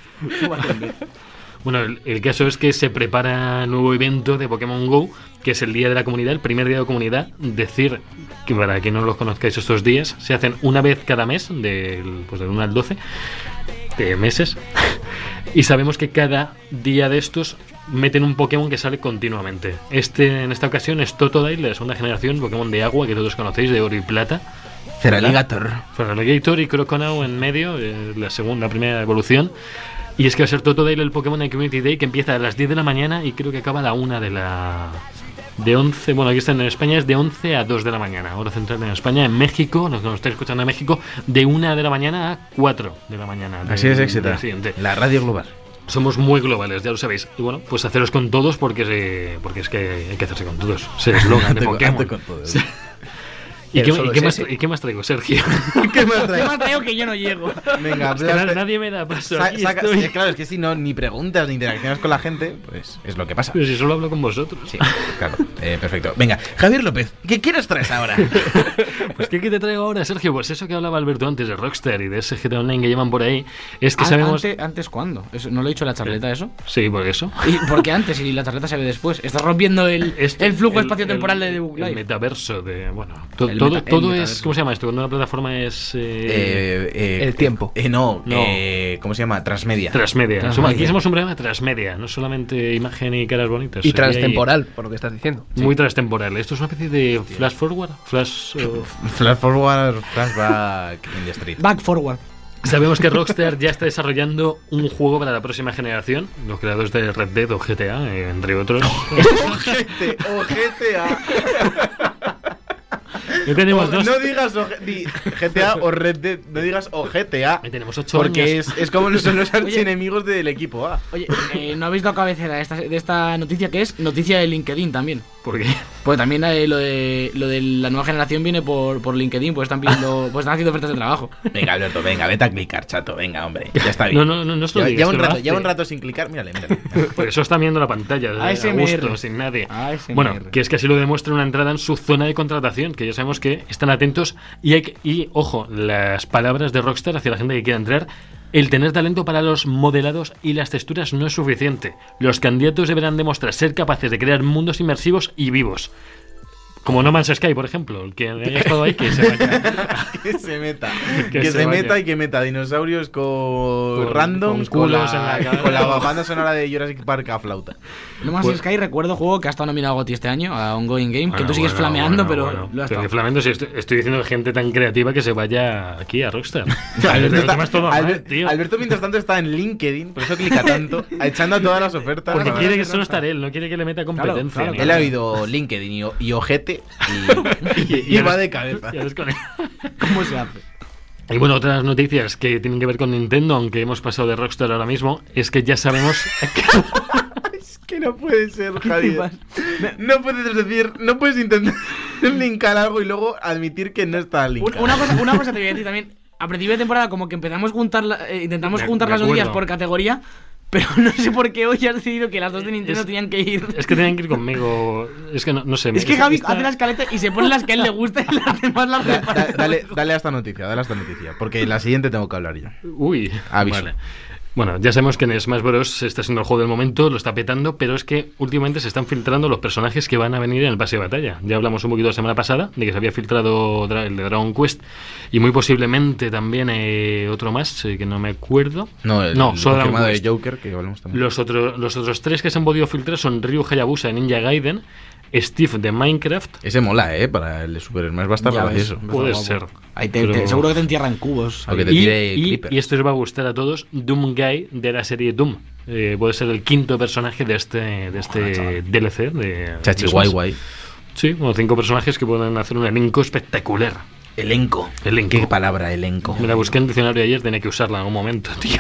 B: Bueno, el, el caso es que se prepara nuevo evento de Pokémon Go, que es el día de la comunidad, el primer día de la comunidad. Decir que para que no los conozcáis estos días, se hacen una vez cada mes, del, pues del 1 al 12 de meses. Y sabemos que cada día de estos meten un Pokémon que sale continuamente. Este, en esta ocasión es Totodile, de la segunda generación, Pokémon de agua que todos conocéis, de oro y plata.
C: Ceraligator.
B: Feraligator y Croconaw en medio, eh, la segunda, la primera evolución. Y es que va a ser Totodile el Pokémon del Community Day que empieza a las 10 de la mañana y creo que acaba a la 1 de la. De 11, bueno, aquí están en España, es de 11 a 2 de la mañana, hora central en España. En México, los que nos estáis escuchando en México, de 1 de la mañana a 4 de la mañana.
C: Así es,
B: del-
C: éxito.
B: del siguiente.
C: La radio global.
B: Somos muy globales, ya lo sabéis. Y bueno, pues haceros con todos porque, se- porque es que hay que hacerse con todos. Se eslogan de
C: Hazte con- hazte
B: Pokémon.
C: con todo.
B: ¿Y,
E: Pero
B: qué, y
E: solo
B: qué
E: es
B: más,
E: ese.
B: ¿Y qué más traigo, Sergio?
C: ¿Qué más
D: Te
C: traes?
D: me ha traído que yo no llego.
C: Venga,
B: Es que na-
C: hablaste-
B: nadie me da paso.
C: este Sa-
B: aquí
C: saca-
B: estoy.
C: eh, Claro, es que si no, ni preguntas ni interacciones con la gente, pues es lo que pasa.
B: Pero si solo hablo con vosotros.
C: Sí, claro. Eh, perfecto. Venga, Javier López, ¿qué, qué nos traes ahora?
B: Pues ¿qué, qué te traigo ahora, Sergio? Pues eso que hablaba Alberto antes de Rockstar y de ese GTA Online que llevan por ahí. Es que
D: An-
B: sabemos.
D: Ah, Antes, antes cuándo? Eso, ¿No lo he dicho en la charleta eso?
B: Sí, por eso.
D: ¿Y por qué antes y la charleta se ve después? Estás rompiendo el,
B: Esto-
D: Este, el flujo espaciotemporal de The Book
B: Este, el
D: Live.
B: metaverso de. Bueno, to-
D: El
B: todo,
D: meta- el
B: todo es.
D: metaverso.
B: ¿Cómo se llama esto? Cuando una plataforma es. eh,
C: Eh, eh,
E: El tiempo.
C: eh, no,
B: No.
C: eh, ¿cómo se llama? Transmedia.
B: Transmedia. Somos- Aquí
D: Transmedia.
B: somos un programa transmedia, no solamente imagen y caras bonitas.
E: Y
B: Aquí hay-
E: transtemporal, por lo que estás diciendo.
B: Muy transtemporal. Esto es una especie de flash forward. Flash. eh,
C: Flash forward, flashback in the street.
D: Back forward.
B: Sabemos que Rockstar ya está desarrollando un juego para la próxima generación, los creadores de Red Dead o GTA, eh, entre otros.
C: Ojete, ojete.
B: Ya tenemos dos.
C: No digas oje- di GTA o Red Dead, no digas OGTA.
B: Ahí tenemos ocho
C: Porque
B: años.
C: es, es como son los archienemigos del equipo A.
D: Oye, eh, no habéis dado cabecera de esta, de esta noticia que es noticia de LinkedIn también.
B: Porque
D: Pues también eh, lo, de, lo de la nueva generación viene por, por LinkedIn, pues están pidiendo, pues están haciendo ofertas de trabajo.
C: Venga, Alberto, venga, vete a clicar, chato, venga, hombre. Ya está bien.
B: No, no, no, no se lo
C: lleva,
B: digas,
C: lleva un
B: que lo
C: rato,
B: hace.
C: lleva un rato sin clicar, mírale, mírale.
B: por eso están viendo la pantalla, a
D: ASMR.
B: gusto, sin nadie.
D: ASMR.
B: Bueno, que es que así lo demuestra una entrada en su zona de contratación, que ya sabemos que están atentos y, hay que- y ojo, las palabras de Rockstar hacia la gente que quiera entrar. El tener talento para los modelados y las texturas no es suficiente. Los candidatos deberán demostrar ser capaces de crear mundos inmersivos y vivos. Como No Man's Sky, por ejemplo, el que haya estado ahí, que se vaya.
C: que se meta.
B: Que
C: Que,
B: se
C: se,
B: vaya.
C: meta y que meta dinosaurios con,
B: Con-
C: randoms,
B: con
C: con,
B: culos
C: la,
B: en la cara.
C: con la banda sonora de Jurassic Park a flauta.
D: No más
B: Pues-
D: Sky, recuerdo juego que ha estado nominado a GOTY este año, a Ongoing Game, que tú sigues flameando, pero lo has
B: Pero
D: estado.
B: que flameando, sí, estoy, estoy diciendo gente tan creativa que se vaya aquí a Rockstar.
C: Alberto,
B: Lo
C: está-
B: tomas todo a mal,
C: Albert-
B: tío.
C: Alberto, mientras tanto, está en LinkedIn, por eso clica tanto, echando a todas las ofertas.
B: Porque
C: La
B: quiere
C: verdad
B: que
C: es
B: solo estar él, no quiere que le meta competencia.
D: claro,
B: ni
D: claro.
C: Él
B: nada.
C: ha oído LinkedIn y, o- y ojete y,
B: Y- y
C: y va
B: ahora-
C: de cabeza.
B: Ya ves con él.
D: ¿Cómo se hace?
B: Y bueno, otras noticias que tienen que ver con Nintendo, aunque hemos pasado de Rockstar ahora mismo, es que ya sabemos
C: Es que no puede ser, Javier. No puedes decir, no puedes intentar linkar algo y luego admitir que no está
D: Un-
C: linkado.
D: Una cosa, una cosa te voy a decir también. A principio de temporada, como que empezamos a juntar, la- eh, intentamos
B: Me-
D: juntar
B: me
D: las noticias
B: acuerdo.
D: por categoría, pero no sé por qué hoy has decidido que las dos de Nintendo
B: Es-
D: tenían que ir.
B: es que tienen que ir conmigo. Es que no, no sé.
D: Es que
B: esta-
D: Javi
B: esta-
D: hace las caletas y se pone las que a él le gustan y las demás las
C: Da-
D: reparte.
C: da- dale, dale a esta noticia, dale a esta noticia, porque la siguiente tengo que hablar yo.
B: Uy,
C: Aviso.
B: vale. Bueno, ya sabemos que en Smash Bros. está siendo el juego del momento, lo está petando, pero es que últimamente se están filtrando los personajes que van a venir en el pase de batalla. Ya hablamos un poquito la semana pasada de que se había filtrado dra- el de Dragon Quest y muy posiblemente también eh, otro más, eh, que no me acuerdo.
C: No, el,
B: no
C: el
B: solo Dragon
C: confirmado
B: Quest.
C: de Joker, que hablamos también.
B: Los, otro- los otros tres que se han podido filtrar son Ryu Hayabusa de Ninja Gaiden, Steve de Minecraft,
C: Ese mola, ¿eh? Para el de Super Smash va a estar
D: Ya ves.
C: gracioso.
D: Hombre,
B: puede
D: está
B: ser.
D: guapo. Ahí te- te-
B: pero-
D: seguro que te entierran cubos.
C: Aunque te
B: y,
C: tire
B: y-
C: Clipper.
B: y esto os va a gustar a todos, Doom Guy de la serie Doom. Eh, puede ser el quinto personaje de este, de este DLC. De,
C: Chachi,
B: de Smash.
C: guay, guay.
B: Sí, bueno, cinco personajes que pueden hacer un elenco espectacular.
C: Elenco.
B: Elenco.
C: ¿Qué palabra, elenco?
B: Me la busqué en el diccionario ayer, tenía que usarla en algún momento, tío.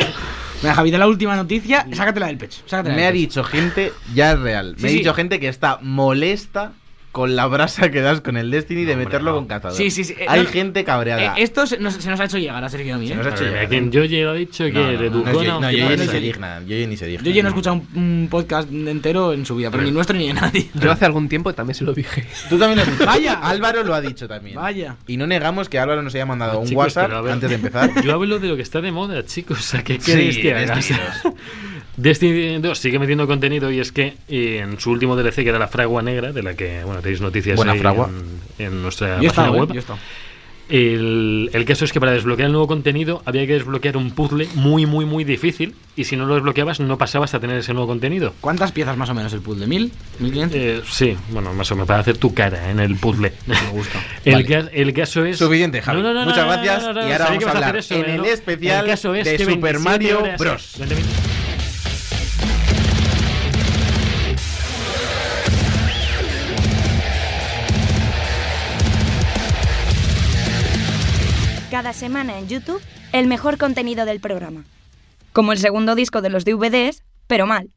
D: Mira, Javi, da la última noticia, sácatela del pecho. sácatela
C: Me ha
D: del pecho.
C: dicho gente, ya es real,
D: Sí,
C: me ha
D: sí.
C: dicho gente que está molesta con la brasa que das con el Destiny
B: No,
C: de
B: hombre,
C: meterlo
B: no.
C: con cazador.
D: Sí, sí, sí, eh,
C: Hay
D: no, no.
C: gente cabreada.
D: Eh, esto se nos, se nos ha hecho llegar a Sergio y a mí,
C: Se
D: ¿eh?
C: nos ha
B: A
C: hecho
B: ver,
C: llegar,
B: a quien
C: ¿eh?
B: yo he dicho que
C: No, no, no,
B: de
C: no, no,
B: Ducona,
C: yo- no,
B: ¿qué
C: yo
B: pasa?
C: ni se digna, yo ni se digna.
D: Yo ya no he escuchado un, un podcast entero en su vida, pero ni nuestro ni de nadie.
E: Yo hace algún tiempo también se lo dije.
C: Tú también lo has dicho.
D: Vaya.
C: Álvaro lo ha dicho también.
D: Vaya.
C: Y no negamos que Álvaro nos haya mandado un
B: Chicos,
C: WhatsApp
B: pero a ver,
C: antes de empezar.
B: Yo hablo de lo que está de moda, chicos. O sea, ¿qué queréis que haga? O sea,
C: vestidos.
B: Destiny 2 sigue metiendo contenido y es que eh, en su último DLC, que era la Fragua Negra, de la que bueno tenéis noticias
C: Buena
B: ahí
C: fragua.
B: En, en nuestra página
D: Yo he estado, ¿eh?
B: web,
D: yo he estado.
B: el, el caso es que para desbloquear el nuevo contenido había que desbloquear un puzzle muy, muy, muy difícil y si no lo desbloqueabas no pasabas a tener ese nuevo contenido.
D: ¿Cuántas piezas más o menos el puzzle? ¿Mil? ¿Mil quinientos?
B: Eh, sí, bueno, más o menos para hacer tu cara en el puzzle.
D: Me gusta.
B: El,
C: Vale.
B: ca- el caso es.
C: Suficiente, Javi. Muchas gracias, y ahora
B: sabía que
C: vamos
B: ibas
C: a
B: hacer
C: hablar en el especial
B: caso
C: de
B: que 27
C: Super Mario
B: horas-
C: Bros.
B: 20.
F: Cada semana en YouTube, el mejor contenido del programa. Como el segundo disco de los DVDs, pero mal.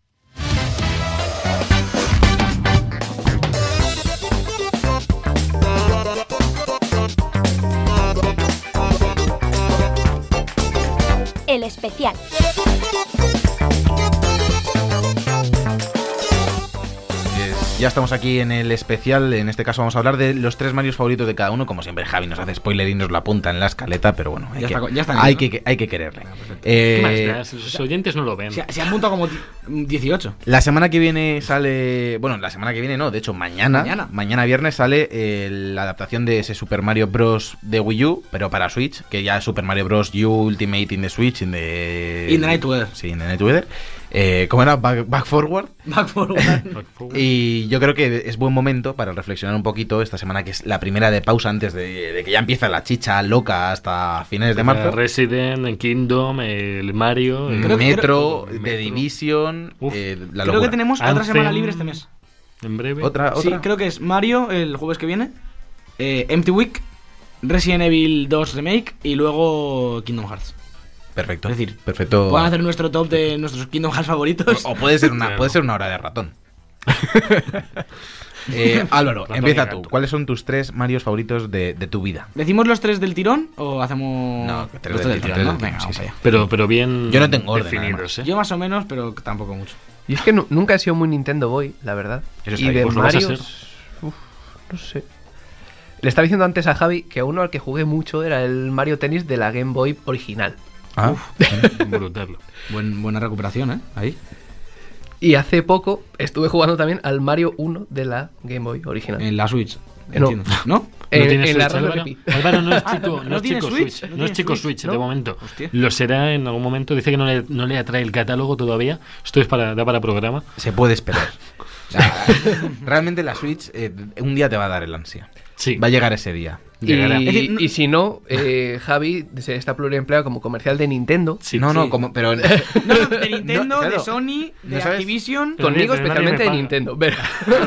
G: El especial.
C: Yes. Ya estamos aquí en el especial. En este caso vamos a hablar de los tres Marios favoritos de cada uno. Como siempre, Javi nos hace spoiler y nos la apunta en la escaleta, pero bueno, hay,
D: Ya
C: que,
D: está- ya está
C: hay,
D: bien,
C: que, hay que quererle. Eh,
B: ¿Qué más da? Los oyentes no lo
C: Em,
B: ven.
D: Se, ha- se han apuntado como di- mm, 18.
C: la semana que viene sale. Bueno, la semana que viene no, de hecho, mañana.
D: Mañana.
C: viernes sale eh, la adaptación de ese Super Mario Bros. de Wii U, pero para Switch, que ya es Super Mario Bros. U Ultimate in the Switch, in the.
D: In the Night Weather.
C: Sí, in the Night Weather. Eh, ¿Cómo era? Back- back Forward.
D: Back forward.
C: Y yo creo que es buen momento para reflexionar un poquito esta semana, que es la primera de pausa antes de, de que ya empieza la chicha loca hasta finales de marzo.
B: Eh, Resident, Kingdom, eh, el Mario. el-
D: Mm. Creo que-
C: Metro,
B: creo-
C: The Division,
B: Uf.
C: eh,
D: Creo
C: la
D: que
C: locura.
D: tenemos otra
B: Anthem.
D: semana libre este mes.
B: En breve.
C: ¿Otra,
D: Sí,
C: otra?
D: creo que es Mario el jueves que viene, eh, Empty Week, Resident Evil 2 Remake y luego Kingdom Hearts.
C: Perfecto.
D: Es decir,
C: perfecto.
D: Pueden hacer nuestro top
B: Pues,
C: Oh,
D: de nuestros Kingdom Hearts favoritos.
C: O, o puede ser una
B: Claro.
C: puede ser una hora de ratón. Eh, Álvaro,
B: Ratón y
C: empieza
B: gato.
C: tú. ¿Cuáles son tus tres Marios favoritos de, de tu vida?
D: ¿Decimos los tres del tirón o hacemos.?
C: No,
D: Mm, los
C: tres
D: tres
C: del
D: del
C: tirón,
D: tirón,
C: tres
D: ¿no?
C: del
D: Venga,
C: tirón, sí,
D: vamos
C: sí.
D: allá.
B: Pero, pero bien
C: Yo no tengo orden,
B: definidos, ¿eh?
D: Yo más o menos, pero tampoco mucho.
E: Y es que nu- nunca he sido muy Nintendo Boy, la verdad.
C: Eso está
E: y
C: ahí,
E: de
B: pues lo vas a
E: Mario. No sé. Le estaba diciendo antes a Javi que uno al que jugué mucho era el Mario Tennis de la Game Boy original.
C: Ah,
B: Brutal.
D: Buen- buena recuperación, ¿eh? Ahí.
E: Y hace poco estuve jugando también al Mario 1 de la Game Boy original.
B: Eh,
D: En la Switch.
E: No.
D: Entiendo. ¿No?
E: En-
B: ¿No tiene
E: en
B: Switch,
E: la Raspberry
B: Álvaro?
E: Pi.
B: Álvaro no es
D: Ah,
B: chico,
D: ¿no-
B: no,
D: no
B: es
D: tiene
B: chico
D: Switch?
B: Switch, no,
D: ¿No
B: es
D: tiene
B: chico
D: Switch?
B: Switch,
D: No.
B: de momento.
D: Hostia.
B: Lo será en algún momento, dice que no le, no le atrae el catálogo todavía, esto es para, da para programa.
C: se puede esperar. O sea, realmente la Switch eh, un día te va a dar el ansia.
B: Sí,
C: Va a llegar ese día.
B: llegará.
E: Y,
D: Es decir, no-
E: y si no, eh, Javi se está pluriempleado como comercial de Nintendo.
B: Sí,
C: no, no,
B: sí.
C: como, pero
D: No, no, de Nintendo,
C: No, claro.
D: de Sony, de
C: No sabes-
D: Activision.
B: Pero
E: Conmigo
B: nadie- pero nadie
E: especialmente
B: me
E: de
B: paga.
E: Nintendo. pero-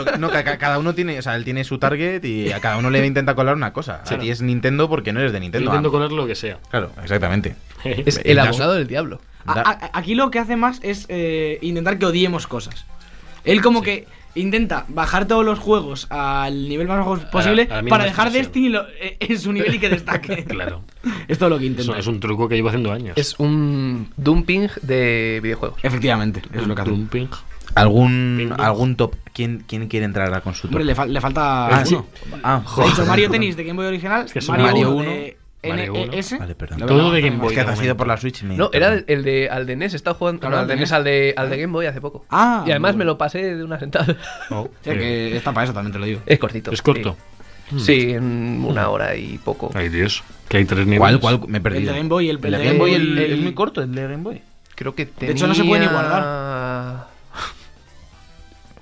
C: Claro, no, ca- ca- cada uno tiene, o sea, él tiene su target y a cada uno le intenta colar una cosa.
B: Sí.
C: A ti es Nintendo porque no eres de Nintendo.
B: Intento
C: Ah,
B: colar lo que sea.
C: Claro, exactamente.
E: es
C: En
E: el
C: caso-
E: abogado del diablo.
D: A-
C: Da-
D: a- aquí lo que hace más es eh, intentar que odiemos cosas. Él como que intenta bajar todos los juegos al nivel más bajo posible
B: a la mínima
D: para dejar
B: expresión.
D: Destiny lo- eh, en su nivel y que destaque.
B: Claro.
D: Es todo lo que
B: Eso
D: intenta.
B: es un truco que llevo haciendo años.
E: Es un dumping de videojuegos.
D: Efectivamente, eso es lo que hace.
B: Dumping.
C: ¿Algún,
B: Nintendo.
C: algún top? ¿Quién, ¿Quién quiere entrar ahora con su top?
D: Hombre, le, fal- le falta
C: ah, sí.
D: uno.
C: Ah,
D: Ha
C: joder.
D: dicho Mario Tennis de Game Boy original,
B: Es que es un
D: Mario
B: Mario
D: 1
B: Mario uno.
D: NES.
C: Vale, perdón.
D: Lo
B: Todo
D: veo,
B: de
D: no,
B: Game
D: no,
B: Boy.
D: no.
C: Es que te
B: de
C: has ido
B: momento.
C: por la Switch. me-
E: No, era
C: perdón.
E: el, el de al de NES, he estado jugando
D: Claro,
E: al
D: al
E: de
D: de
E: NES,
B: E
E: al de, al de Game Boy hace poco.
D: Ah,
E: y además
D: muy
E: me
D: bueno.
E: lo pasé de una sentada.
B: Oh,
D: O sea
B: eh,
D: que está para eso, también te lo digo.
E: Es cortito.
B: Es corto. Mm.
E: Sí, Sí, en una hora y poco.
B: Ay, Dios. Que hay tres niveles.
C: ¿Cuál, cuál? Me he
D: El
C: perdido.
D: de Game Boy, el,
C: El de
D: el
C: Game Boy el-
D: el-
C: es muy corto, el de Game Boy.
E: Creo que tenía...
D: De hecho, no se puede ni
E: guardar.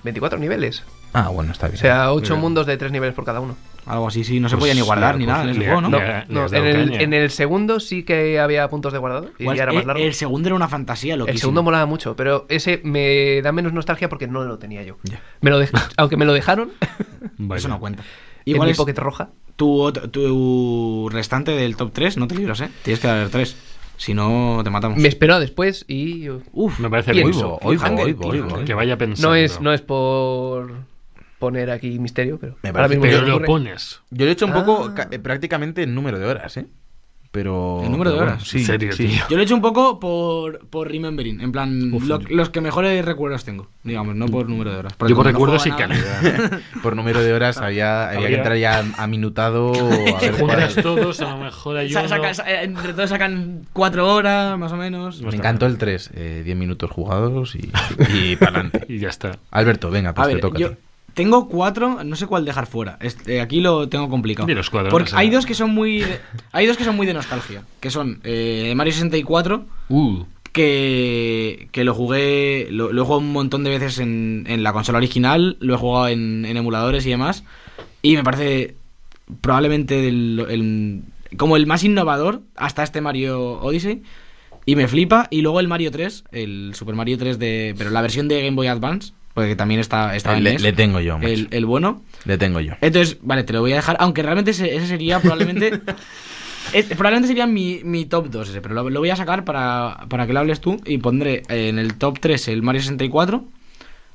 E: 24 niveles.
C: Ah, bueno, está
E: O
C: bien.
E: sea, 8
B: Mira.
E: mundos de 3 niveles por cada uno.
D: Algo así, sí, no se
B: Pues,
D: podía ni guardar ni
B: mira,
D: nada en
B: pues,
D: ese
B: mira,
D: juego, ¿no?
B: mira,
D: Igual,
B: Le
E: No,
B: has
E: en
B: dado
E: el,
B: caña.
E: en el segundo sí que había puntos de guardado y ya era más
D: el-
E: largo.
D: e El segundo era una fantasía, lo
E: El segundo molaba mucho, pero ese me da menos nostalgia porque no lo tenía yo. Me lo dej- Aunque me lo dejaron
B: Vaya.
D: Eso no cuenta.
E: en
D: Igual
E: mi
D: es
E: Pocket Roja.
D: tu, ot- tu restante del top 3, no te libras, ¿eh? Tienes que dar 3. Si no, te matamos.
E: Me esperó a después y...
D: Uf,
B: Me parece
E: Y el
B: muy
E: Ubisoft.
B: bo-
C: Oigo,
E: Cliffhanger,
C: oigo, oigo,
B: Que
C: oigo.
B: vaya pensando.
E: No es, no es por poner aquí misterio, pero
C: Me
E: ahora
C: parece-
E: mismo
B: Pero
E: se me
B: lo
E: ocurre.
B: pones.
C: Yo le he hecho un poco
E: Ah.
C: ca- eh, prácticamente el número de horas, ¿eh? Pero.
D: ¿El número de
C: pero
D: horas?
C: bueno,
B: En serio, tío.
D: Yo lo he hecho un poco por, por remembering, en plan,
B: Uf,
D: lo-
B: yo-
D: los que mejores recuerdos tengo, digamos, no por número de horas. porque
B: Yo por
D: como no
B: recuerdos y
D: jugaba nada-
B: calidad.
C: Por número de horas había, Ah. había que
B: Habría-
C: entrar ya a minutado. A
B: Te
C: ver
B: juntas
C: cuál.
B: todos, a lo mejor hay
D: Sa-
B: uno.
D: saca- sa- eh, entre todos sacan 4 horas, más o menos.
C: Me encantó el 3. 10 minutos jugados y, y para adelante.
B: Y ya está.
C: Alberto, venga, pues
D: A
C: te
D: ver,
C: toca. a
D: yo
C: ti.
D: tengo cuatro, no sé cuál dejar fuera. Este, aquí lo tengo complicado.
B: Dilos cuatro,
D: Porque
B: no pasa
D: hay
B: nada.
D: dos que son muy, de- hay dos que son muy de nostalgia, que son eh, Mario 64
B: Uh,
D: que, que lo jugué, lo, lo he jugado un montón de veces en, en la consola original, lo he jugado en, en emuladores y demás, y me parece probablemente el- el- como el más innovador hasta este Mario Odyssey, y me flipa, y luego el Mario 3, el Super Mario 3 de, pero la versión de Game Boy Advance, porque también está, está en
C: Le,
D: NES,
C: le tengo yo, macho.
D: el, el bueno.
C: Le tengo yo.
D: Entonces, vale, te lo voy a dejar. Aunque realmente ese, ese sería probablemente. es- probablemente sería mi, mi top 2 ese, pero lo, lo voy a sacar para, para que lo hables tú. Y pondré en el top 3 el Mario 64.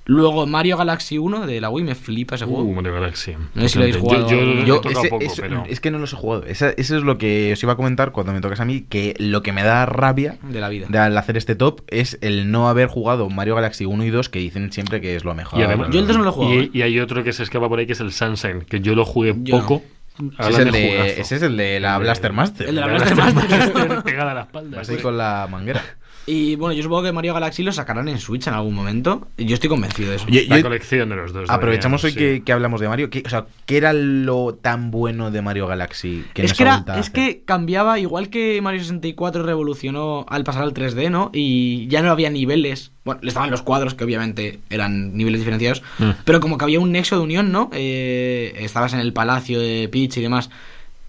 D: Luego Mario Galaxy 1 de la Wii, me flipa ese
B: uh,
D: juego.
B: Mario Galaxy.
D: No sé si lo habéis
B: Yo-
D: jugado.
B: Yo, yo,
C: Yo,
B: toca
C: ese-
B: poco,
C: eso-
B: pero.
C: Es que no los he jugado. Esa- eso es lo que os iba a comentar cuando me tocas a mí, que lo que me da rabia
D: De la vida.
C: de al hacer este top es el no haber jugado Mario Galaxy 1 y 2, que dicen siempre que es lo mejor.
B: Y además-
D: Yo el 2 no lo he jugado.
B: Y,
D: ¿eh?
B: y hay otro que se escapa por ahí que es el Sunshine, que yo lo jugué
D: Yo
B: poco.
C: Ese es, el
B: Hablan de
C: de,
B: jugazo.
C: ese es el de la
B: El de-
C: Blaster Master.
D: el de la
B: Me
D: Blaster
B: hablaste
D: Master.
B: de Blaster pegada a la espalda.
C: Vas ahí
B: güey.
C: con la manguera.
D: Y bueno, yo supongo que Mario Galaxy lo sacarán en Switch en algún momento. y Yo estoy convencido de eso.
C: Yo-
B: La
C: yo-
B: colección de los dos.
C: aprovechamos hoy
B: deberíamos, sí.
C: que, que hablamos de Mario. Que, o sea, ¿qué era lo tan bueno de Mario Galaxy? Que
D: es,
C: nos
D: que era-
C: aguanta eh.
D: es
C: hacer?
D: que cambiaba, igual que Mario 64 revolucionó al pasar al 3D, ¿no? Y ya no había niveles. Bueno, estaban los cuadros, que obviamente eran niveles diferenciados.
B: Mm.
D: Pero como que había un nexo de unión, ¿no? Eh, estabas en el palacio de Peach y demás.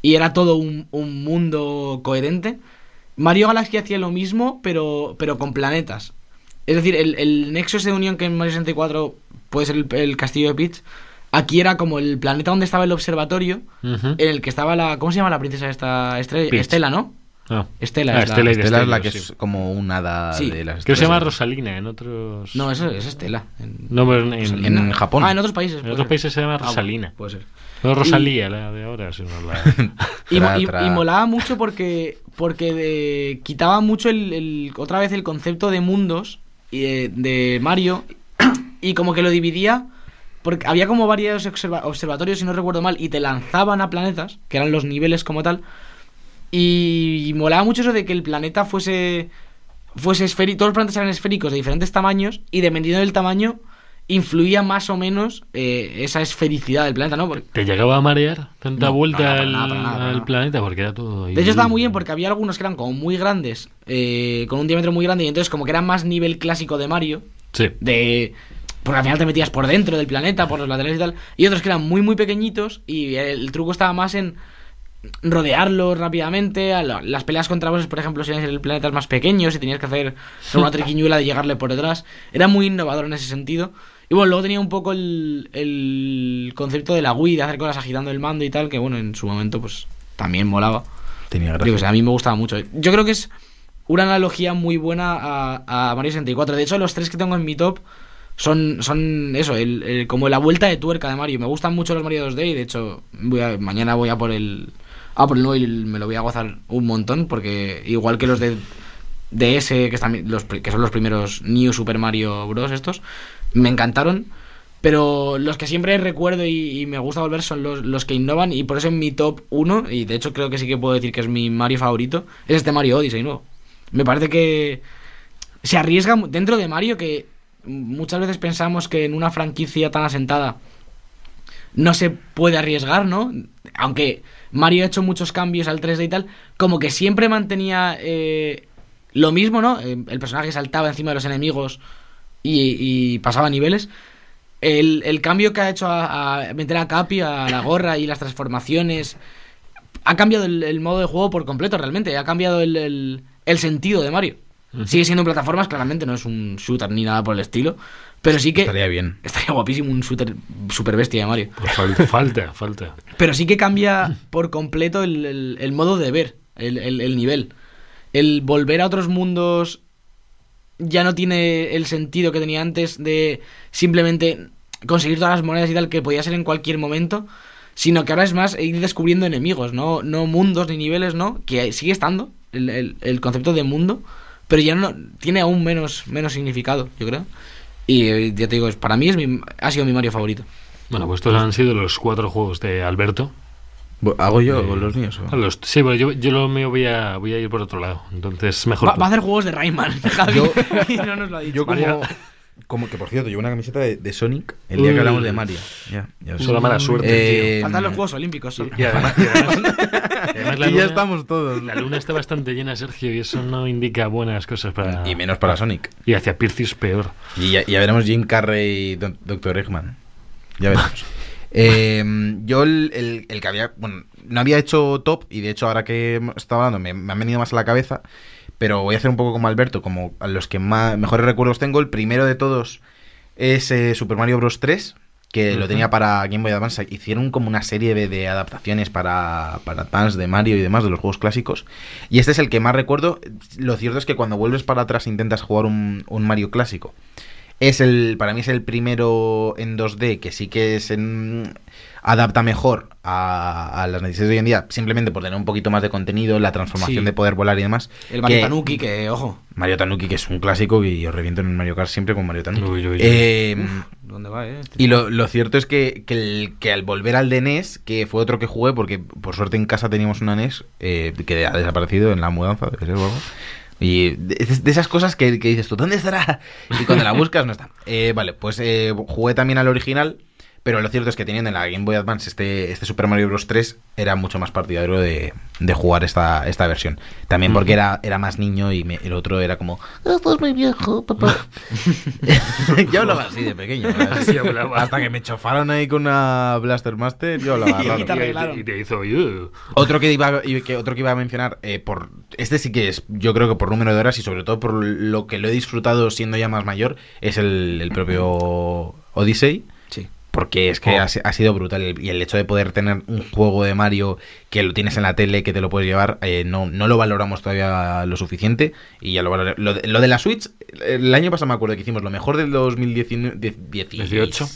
D: Y era todo un, un mundo coherente. Mario Galaxy hacía lo mismo, pero, pero con planetas. Es decir, el, el nexo ese de unión que en Mario 64 puede ser el, el castillo de Peach. Aquí era como el planeta donde estaba el observatorio
B: Ujú.
D: en el que estaba la. ¿Cómo se llama la princesa esta estrella?
B: Peach.
D: Estela, ¿no?
B: Ah.
D: Estela
B: Ah,
D: es la-
B: Estela y
D: Estela
C: Estela es la que
B: Destellos,
C: es
B: sí.
C: como un hada
D: Sí.
C: de las
B: Creo que se llama
C: estrellas.
B: Rosalina en otros.
D: No, eso es Estela. En,
B: No, pero en, en-
C: en- Japón.
D: Ah, en otros países.
B: En
D: puede
B: otros
D: ser. Ah,
B: países se llama
D: bueno,
B: Rosalina.
D: puede ser.
B: no Rosalía, la de ahora, sino la.
D: Y, mo-
C: Tra,
D: y-
C: tra.
D: y molaba mucho porque, porque de- quitaba mucho el, el- otra vez el concepto de mundos y de, de Mario y como que lo dividía porque había como varios observa- observatorios, si no recuerdo mal, y te lanzaban a planetas, que eran los niveles como tal, y, y molaba mucho eso de que el planeta fuese, fuese esférico, todos los planetas eran esféricos de diferentes tamaños y dependiendo del tamaño influía más o menos eh, esa esfericidad del planeta, ¿no? Porque-
B: ¿Te llegaba a marear tanta
D: No,
B: vuelta
D: no, no, para
B: al,
D: nada, para nada, para
B: al
D: nada.
B: planeta? Porque era todo.
D: De hecho estaba muy bien porque había algunos que eran como muy grandes, eh, con un diámetro muy grande, y entonces como que eran más nivel clásico de Mario,
B: Sí.
D: de... Porque al final te metías por dentro del planeta, por los laterales y tal, y otros que eran muy muy pequeñitos y el truco estaba más en rodearlos rápidamente, a la- las peleas contra bosses, por ejemplo, si eran planetas más pequeños y tenías que hacer una triquiñuela de llegarle por detrás, era muy innovador en ese sentido. Y bueno, luego tenía un poco el, el concepto de la Wii, de hacer cosas agitando el mando y tal, que bueno, en su momento pues también molaba.
C: Tenía
D: Yo que
C: gracia.
D: sé, a mí me gustaba mucho. Yo creo que es una analogía muy buena a, a Mario 64. De hecho, los tres que tengo en mi top son, son eso, el, el- como la vuelta de tuerca de Mario. Me gustan mucho los Mario 2D y de hecho voy a- mañana voy a por el... Ah, por el nuevo y me lo voy a gozar un montón porque igual que los de DS, que, están, los, pri- que son los primeros New Super Mario Bros. estos, me encantaron. Pero los que siempre recuerdo y, y me gusta volver son los, los que innovan y por eso en mi top 1, y de hecho creo que sí que puedo decir que es mi Mario favorito, es este Mario Odyssey nuevo. Me parece que se arriesga mu- dentro de Mario que muchas veces pensamos que en una franquicia tan asentada no se puede arriesgar, ¿no? Aunque Mario ha hecho muchos cambios al 3D y tal, como que siempre mantenía eh, lo mismo, ¿no? Eh, El personaje saltaba encima de los enemigos y, y pasaba niveles. El, el cambio que ha hecho a, a meter a Capi, a la gorra y las transformaciones, ha cambiado el, el modo de juego por completo realmente, ha cambiado el, el- el sentido de Mario. Sigue siendo en plataformas, claramente no es un shooter ni nada por el estilo, pero sí que...
C: Estaría bien.
D: Estaría guapísimo un shooter super bestia de Mario.
B: Pues fal- falta, falta.
D: Pero sí que cambia por completo el, el- el modo de ver, el, el- el nivel. El volver a otros mundos ya no tiene el sentido que tenía antes de simplemente conseguir todas las monedas y tal que podía ser en cualquier momento, sino que ahora es más ir descubriendo enemigos, no, no mundos ni niveles, ¿no? Que sigue estando el, el- el concepto de mundo, pero ya no tiene aún menos, menos significado, yo creo. Y eh, ya te digo, es- para mí es mi- ha sido mi Mario favorito.
B: Bueno, pues estos han sido los cuatro juegos de Alberto.
C: Bu- ¿Hago yo con los míos? o?
B: Ah, los- sí, pero yo, yo lo mío voy a, voy a ir por otro lado. Entonces, mejor.
D: Va,
B: tú.
D: va a hacer juegos de Rayman, Javi.
C: Yo-
D: y no nos lo ha dicho.
C: Yo como,
B: Mario.
C: como que, por cierto, llevo una camiseta de, de Sonic el día
B: Uy.
C: que hablamos de Mario. Ya, ya os-
B: Solo mala suerte,
C: Eh,
D: Faltan los Juegos Olímpicos. solo.
B: tío. Y además- y además- y además la
C: Aquí ya
B: luna-
C: estamos todos.
B: La luna está bastante llena, Sergio, y eso no indica buenas cosas para.
C: Y menos para Sonic.
B: Y hacia Pircius peor.
C: Y ya, ya veremos Jim Carrey y Doc- Dr. Eggman. Ya veremos. Eh, yo el, el- el que había... Bueno, no había hecho top y de hecho ahora que estaba hablando me, me han venido más a la cabeza. Pero voy a hacer un poco como Alberto, como a los que más, mejores recuerdos tengo. El primero de todos es eh, Super Mario Bros. 3, que lo tenía para Game Boy Advance. Hicieron como una serie de, de adaptaciones para, para Advance de Mario y demás, de los juegos clásicos. Y este es el que más recuerdo. Lo cierto es que cuando vuelves para atrás intentas jugar un, un Mario clásico. Es el, para mí es el primero en 2D que sí que se mm, adapta mejor a, a las necesidades de hoy en día, simplemente por tener un poquito más de contenido, la transformación
D: Sí.
C: de poder volar y demás.
D: El Mario
C: que-
D: Tanuki, que ojo,
C: Mario Tanuki, que es un clásico y os reviento en el Mario Kart siempre con Mario Tanuki.
B: Uy, uy, uy.
C: Eh,
D: ¿dónde va, eh?
C: y lo, lo cierto es que, que, el- que al volver al de NES, que fue otro que jugué, porque por suerte en casa teníamos una NES eh, que ha desaparecido en la mudanza, debe ser, o algo. Y de, de esas cosas que, que dices tú, ¿dónde estará? Y cuando la buscas no está. Eh, vale, pues eh, jugué también al original, pero lo cierto es que teniendo en la Game Boy Advance este, este Super Mario Bros. 3, era mucho más partidario de, de jugar esta, esta versión. También porque era, era más niño y me- el otro era como, esto es muy viejo, papá. yo hablaba así de pequeño. ¿verdad?
B: Así hablaba.
C: Hasta que me chofaron ahí con una Blaster Master, yo hablaba raro.
D: te arreglaron.
B: Y te hizo. "Ugh".
C: Otro que iba, y que otro que iba a mencionar, eh, por este sí que es, yo creo que por número de horas y sobre todo por lo que lo he disfrutado siendo ya más mayor, es el, el propio Odyssey.
D: Sí.
C: Porque es que
B: Oh.
C: ha, si- ha sido brutal. el- Y el hecho de poder tener un juego de Mario que lo tienes en la tele, que te lo puedes llevar, eh, no, no lo valoramos todavía lo suficiente. Y ya lo valoré. Lo, de- lo de la Switch, el año pasado me acuerdo que hicimos lo mejor del 2019.
B: 18.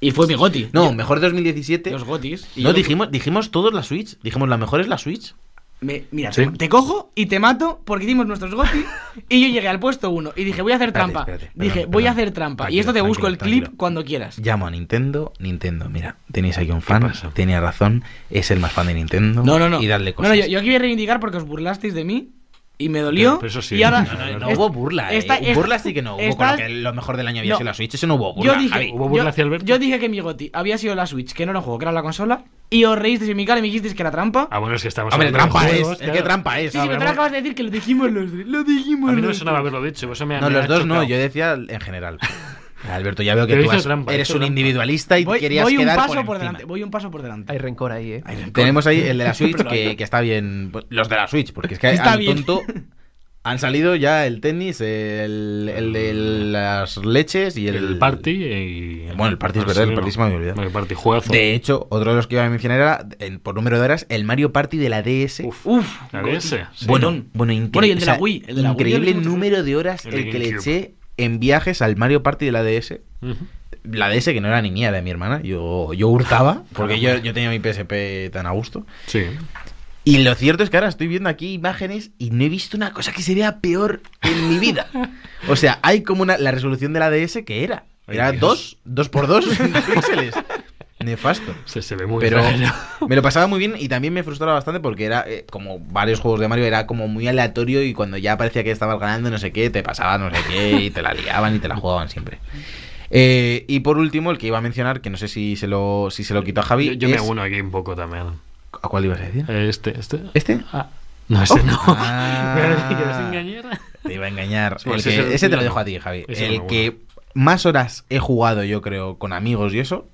D: Y fue mi goti.
C: No, mejor 2017.
D: Los gotis. Y
C: No,
D: yo-
C: dijimos, dijimos todos la Switch. Dijimos, la mejor es la Switch.
D: Me- mira,
B: Sí.
D: te, te cojo y te mato porque hicimos nuestros gotis y yo llegué al puesto 1 y dije, voy a hacer
C: Espérate,
D: trampa.
C: espérate, perdón,
D: dije, voy a
C: perdón.
D: hacer trampa.
C: Tranquilo,
D: y esto te busco el
C: tranquilo,
D: clip
C: tranquilo.
D: cuando quieras.
C: Llamo a Nintendo, Nintendo, mira, tenéis aquí un fan,
B: pasa?
C: tenía razón, es el más fan de Nintendo.
D: No, no, no.
C: Y darle
D: No,
C: cosas.
D: no, yo, yo aquí voy a reivindicar porque os burlasteis de mí y me dolió.
B: Pero- pero eso sí.
D: Y ahora.
B: No, no,
C: No
D: es-
C: hubo burla, eh.
D: esta- es-
C: burla sí que no hubo,
D: esta-
C: con lo que lo mejor del año había
D: No.
C: sido la Switch, eso no hubo burla.
D: Yo dije,
C: Javi.
B: ¿Hubo burla
D: yo-
B: hacia Alberto?
D: yo dije que mi goti había sido la Switch, que no era un juego, que era la consola. Y os reísteis en mi cara y me dijisteis que era trampa.
B: Ah, bueno, es que estamos
C: Hombre,
B: hablando de
C: trampa es,
B: juegos,
C: es
B: claro.
C: que trampa es.
D: sí, sí, pero tú
B: hablamos-
D: acabas de decir que lo dijimos los tres. Lo dijimos
B: A mí no
D: los
B: me
D: tres.
B: sonaba haberlo dicho, eso me
C: No,
B: me
C: los
B: ha
C: dos no,
B: chocado.
C: yo decía en general. Alberto, ya veo que
B: Pero
C: tú
B: hizo
C: has-
B: trampa,
C: eres
B: hizo
C: un
B: trampa.
C: individualista y te
D: Voy,
C: querías
D: voy un
C: quedar
D: paso
C: por,
D: por
C: encima.
D: delante. Voy un paso por delante.
E: Hay rencor ahí, ¿eh?
C: Tenemos ahí el de la Switch que, que está bien. pues, Los de la Switch, porque es que
D: Está
C: al
D: bien.
C: tonto han salido ya el tenis, el, el de las leches y el,
B: El party y... Ah,
C: Bueno, el party es verdad, el
B: Barcelona.
C: party se me había olvidado.
B: El party, juegazo.
C: De hecho, otro de los que iba a mencionar era, en- por número de horas, el Mario Party de la DS.
B: Uf,
D: Uf,
B: la
D: goti.
B: DS, sí.
C: bueno, bueno, incre-
D: Bueno, y el de la
C: o sea,
D: Wii, el de la Wii,
C: increíble
D: el de-
C: número de horas
B: El
C: el,
B: de
C: que le
B: GameCube.
C: eché en viajes al Mario Party de la DS.
B: Ujú.
C: La DS que no era ni mía, era de mi hermana. Yo, yo hurtaba, porque yo, yo tenía mi PSP tan a gusto.
B: Sí.
C: Y lo cierto es que ahora estoy viendo aquí imágenes y no he visto una cosa que se vea peor en mi vida. O sea, hay como una, la resolución de la DS que era.
B: Ay,
C: Era
B: Dios.
C: dos, dos por dos píxeles. Nefasto.
B: Se, se ve muy
C: Pero
B: bien.
C: me lo pasaba muy bien y también me frustraba bastante porque era, eh, como varios juegos de Mario, era como muy aleatorio y cuando ya parecía que estabas ganando no sé qué, te pasaba no sé qué y te la liaban y te la jugaban siempre. Eh, y por último, el que iba a mencionar, que no sé si se lo, si se lo quitó a Javi.
B: Yo, yo me
C: es-
B: uno aquí un poco también.
C: ¿A cuál ibas a decir?
B: Eh, Este, este.
C: ¿Este?
B: Ah, no, ese no.
C: Ah.
B: Me ha dicho, "¿Sin engañar?".
C: Te iba a engañar.
B: Sí, bueno,
C: El
B: ese
C: que-
B: es el-
C: ese te lo dejo a ti, Javi.
B: Ese
C: el
B: no,
C: que más horas he jugado, yo creo, con amigos y eso,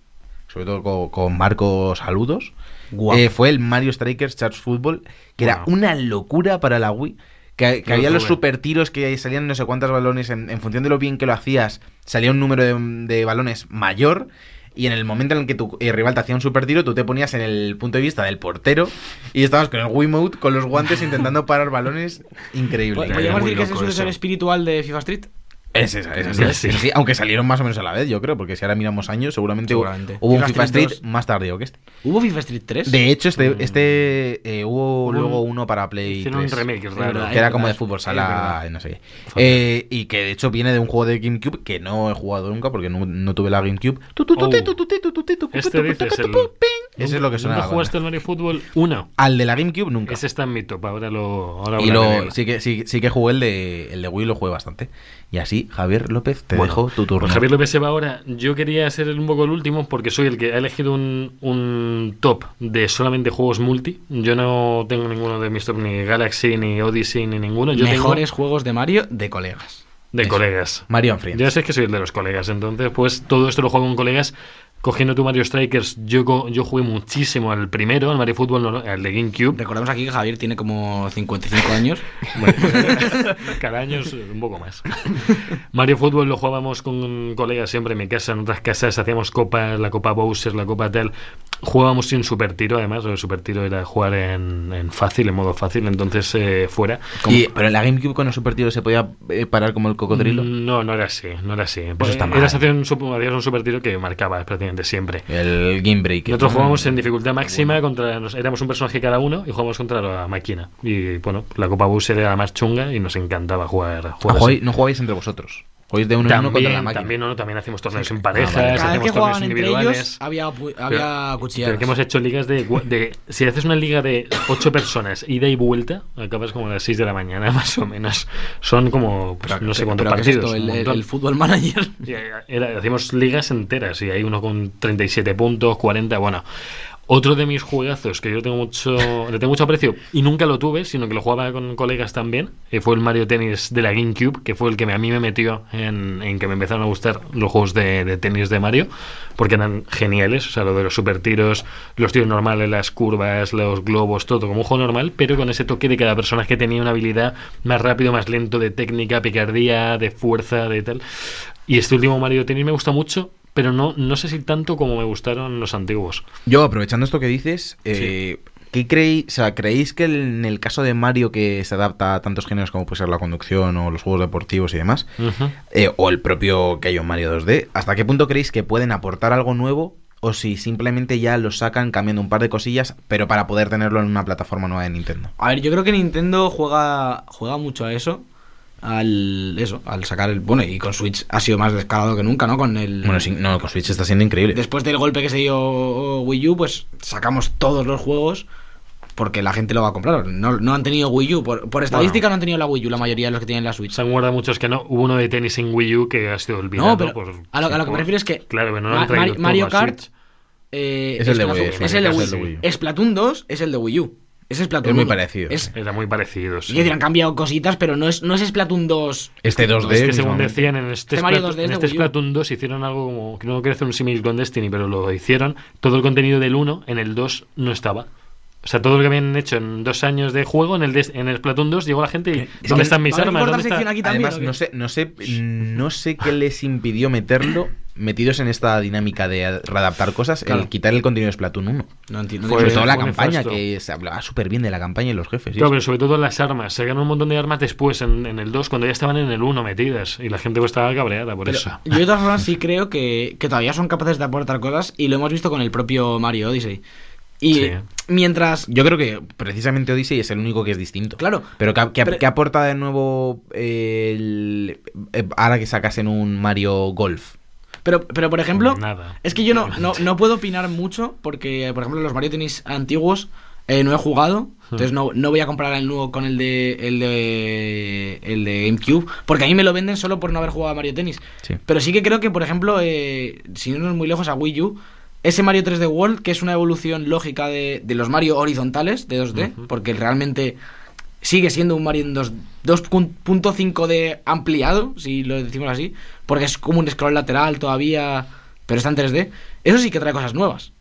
C: sobre todo con, con Marco Saludos,
B: Guau.
C: eh, fue el Mario Strikers Charge Football, que era
B: Guau.
C: una locura para la Wii. Que, que
B: Lo
C: había los
B: jugué.
C: super tiros que salían no sé cuántos balones, en, en función de lo bien que lo hacías, salía un número de, de balones mayor. Y en el momento en el que tu eh, rival te hacía un super tiro, tú te ponías en el punto de vista del portero y estabas con el Wiimote, con los guantes, intentando parar balones. Increíble.
B: Era
D: Podríamos
B: muy
D: decir que ese es
B: loco
D: un sucesor
B: eso.
D: espiritual de FIFA Street.
C: Es esa, es
B: Ya
C: esa.
B: sí.
C: Sí, sí, aunque salieron más o menos a la vez, yo creo, porque si ahora miramos años, seguramente, hubo-
D: Seguramente.
C: hubo un
D: Fast
C: FIFA
D: Street
C: Street más tardío que este.
D: ¿Hubo FIFA Street 3?
C: De hecho, este, este eh, hubo
B: Mm. Hubo
C: luego
B: un-
C: uno para Play
B: Hicieron un
C: 3,
B: remake
D: Es
B: raro.
D: verdad,
C: que era como de
D: verdad,
C: fútbol
D: es
C: sala
D: verdad.
C: y no sé qué. Eh, y que de hecho viene de un juego de GameCube que no he jugado nunca porque no, no tuve la GameCube. Tu, tu, tu,
B: Oh.
C: te, tu, tu, te, tu, tu, te, tu, tu,
B: Este
C: tu, tu,
B: dices
C: tu, tu,
B: el-
C: tu, ping. Ese es lo que
B: ¿No
C: suena.
B: jugaste al Mario Fútbol 1?
C: Al de la GameCube nunca.
B: Ese está en mi top, ahora lo... Ahora
C: Y
B: hablaré de
C: lo,
B: él.
C: sí, que, sí, sí que jugué el de, el de Wii, lo jugué bastante. Y así, Javier López, te
B: Bueno,
C: dejo tu turno.
B: Pues Javier López se va ahora. Yo quería ser un poco el último porque soy el que ha elegido un, un top de solamente juegos multi. Yo no tengo ninguno de mis top, ni Galaxy, ni Odyssey, ni ninguno. Yo
D: Mejores
B: tengo
D: juegos de Mario de colegas.
B: de colegas.
C: Mario Friends.
B: Ya sé que soy el de los colegas, entonces pues todo esto lo juego con colegas. Cogiendo tu Mario Strikers, yo, co- yo jugué muchísimo al primero, al Mario Fútbol, no- al de GameCube.
D: Recordemos aquí que Javier tiene como 55 años.
B: Cada año es un poco más. Mario Fútbol lo jugábamos con colegas siempre en mi casa, en otras casas, hacíamos copas, la copa Bowser, la copa tal. Jugábamos sin super tiro, además, el super tiro era jugar en, en fácil, en modo fácil, entonces eh, fuera.
C: Y- pero en la GameCube con el Super Tiro se podía eh, parar como el cocodrilo.
B: Mm, No, no era así, no era así.
C: Eso está
B: Eh,
C: mal.
B: Eras hacer un, sup- hacías un super tiro que marcaba prácticamente siempre.
C: El Game Ah, Break.
B: Nosotros jugamos en dificultad máxima, contra nos- éramos un personaje cada uno y jugamos contra la máquina. Y bueno, la Copa Bowser era la más chunga y nos encantaba jugar.
C: Ah,
B: jugar así.
C: jugáis- no jugáis entre vosotros. Jugáis de uno en uno contra la
B: También,
C: máquina.
B: también, no, no, también hacemos torneos en
C: Ah, vale.
B: parejas,
D: Cada vez que
B: hacemos torneos
D: jugaban entre ellos
B: individuales.
D: había, pu-
B: Pero-
D: había cuchilladas.
B: pero que hemos hecho ligas de, gu- de- Si haces una liga de ocho personas, ida y vuelta, acabas como a las 6 de la mañana, más o menos. Son como. pues, no sé cuántos
D: Pero ¿qué es
B: partidos.
D: esto?
B: un
D: El, el-
B: montón.
D: el fútbol manager.
B: Y, eh, era- hacíamos ligas enteras y hay uno con 37 puntos, 40, bueno. Otro de mis juegazos que yo tengo mucho, le tengo mucho aprecio y nunca lo tuve, sino que lo jugaba con colegas también, eh, fue el Mario Tennis de la GameCube, que fue el que me- a mí me metió en, en que me empezaron a gustar los juegos de, de tenis de Mario, porque eran geniales, o sea, lo de los super tiros, los tiros normales, las curvas, los globos, todo como un juego normal, pero con ese toque de cada personaje tenía una habilidad más rápido, más lento, de técnica, picardía, de fuerza, de tal. Y este último Mario Tennis me gusta mucho pero no, no sé si tanto como me gustaron los antiguos.
C: Yo, aprovechando esto que dices, eh, ¿qué creéis? O sea, ¿creéis que el- en el caso de Mario que se adapta a tantos géneros como puede ser la conducción o los juegos deportivos y demás,
B: Ujú.
C: eh, o el propio que hay en Mario 2D, ¿hasta qué punto creéis que pueden aportar algo nuevo? O si simplemente ya lo sacan cambiando un par de cosillas, pero para poder tenerlo en una plataforma nueva de Nintendo.
D: A ver, yo creo que Nintendo juega, juega mucho a eso. Al eso, al sacar el. Bueno, y con Switch ha sido más descarado que nunca, ¿no? Con el.
C: Bueno, sí, no, con Switch está siendo increíble.
D: Después del golpe que se dio Wii U, pues sacamos todos los juegos porque la gente lo va a comprar. No, no han tenido Wii U. Por, por estadística no han tenido la Wii U la mayoría de los que tienen la Switch.
B: Se han guardado muchos que no. Hubo uno de tenis en Wii U que ha sido olvidado.
D: No, pero
B: por-
D: a, lo, a lo que me
B: por-
D: refiero es que
B: pues, Claro, pero no lo
D: Ma-
B: han traído
D: Mari-
B: todo
D: Mario
B: a
D: Kart
B: Switch.
D: eh,
C: Es el de
D: Splatoon-
C: Wii U,
D: es el de Wii
B: es el de Wii
D: U. Splatoon 2 es el de Wii U. Es Splatoon
C: Es muy
D: 1.
C: parecido.
D: Es,
B: Era muy parecido. sí.
D: es decir, han cambiado cositas, pero no es, no es Splatoon 2.
C: Este 2D.
B: es que según
C: mismamente.
B: decían en este,
D: Este Mario
B: Splatoon-
D: 2D es
B: en
D: de
B: este
D: Wii U.
B: Splatoon 2 hicieron algo como que no quiero hacer un símil con Destiny, pero lo hicieron. Todo el contenido del 1 en el 2 no estaba. O sea, todo lo que habían hecho en dos años de juego en el des- en el Splatoon 2 llegó la gente y
D: Va
B: ¿dónde
D: a
B: están mis
D: haber que
B: armas?
D: cortar
B: ¿Dónde
D: sección
B: está?
D: aquí también,
C: Además,
D: ¿o qué?
C: no sé, no sé, no sé qué les impidió meterlo, metidos en esta dinámica de ad- readaptar cosas,
D: Claro.
C: el quitar el contenido de Splatoon 1.
D: No entiendo.
B: Pues-
C: Sobre todo la
B: fue
C: campaña,
B: nefasto.
C: que se hablaba súper bien de la campaña y los jefes.
B: Claro, pero sobre todo las armas. Se ganó un montón de armas después en, en el 2 cuando ya estaban en el 1 metidas y la gente pues estaba cabreada por
D: Pero
B: eso.
D: yo de todas formas sí creo que, que todavía son capaces de aportar cosas y lo hemos visto con el propio Mario Odyssey. Y
B: Sí.
D: mientras...
C: Yo creo que precisamente Odyssey es el único que es distinto.
D: Claro,
C: Pero que, que-
D: Pero-
C: que aporta de nuevo eh, el- eh, ahora que sacasen un Mario Golf.
D: pero, pero por ejemplo...
B: Nada.
D: Es que yo no, no, no puedo opinar mucho porque, por ejemplo, los Mario Tennis antiguos eh, no he jugado. Entonces no, no voy a comparar el nuevo con el de, el de el de GameCube. Porque a mí me lo venden solo por no haber jugado a Mario Tennis.
C: Sí.
D: Pero sí que creo que, por ejemplo, eh, sin irnos muy lejos a Wii U, ese Mario 3D World, que es una evolución lógica de, de los Mario horizontales de 2D, porque realmente sigue siendo un Mario en dos- 2.5D ampliado, si lo decimos así, porque es como un scroll lateral todavía, pero está en 3D. Eso sí que trae cosas nuevas.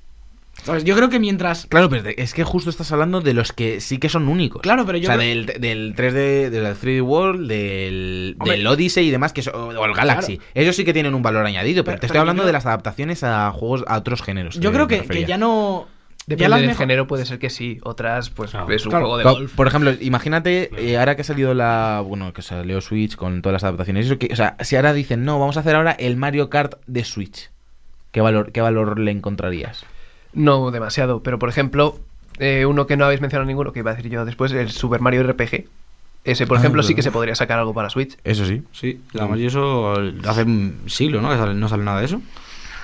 D: ¿Sabes? Yo creo que mientras...
C: Claro, pero es que justo estás hablando de los que sí que son únicos.
D: Claro, pero yo
C: O sea,
D: creo-
C: del, del 3D, del 3D World, del,
D: Hombre.
C: del Odyssey y demás, que son- o el Galaxy. Ellos sí que tienen un valor añadido, pero,
D: Pero-
C: te estoy
D: pero yo
C: hablando
D: creo-
C: de las adaptaciones a juegos, a otros géneros.
D: Yo
C: eh,
D: creo
C: me
D: que, que
C: refería.
D: ya no... ya
E: Depende
D: las
E: del
D: mejo-
E: género, puede ser que sí. Otras, pues
B: Claro.
E: es un
D: Claro.
E: juego de
C: Claro,
E: golf.
C: Por ejemplo, imagínate, eh, ahora que ha salido la. Bueno, que salió Switch con todas las adaptaciones. Eso que, o sea, si ahora dicen, no, vamos a hacer ahora el Mario Kart de Switch. ¿Qué valor, qué valor le encontrarías?
E: No demasiado, pero por ejemplo, eh, uno que no habéis mencionado ninguno, que iba a decir yo después, el Super Mario RPG. Ese, por
C: Ah,
E: ejemplo, sí
C: verdad.
E: que se podría sacar algo para Switch.
C: Eso sí.
D: Sí, además, y eso hace un siglo, ¿no? Que sale- no sale nada de eso.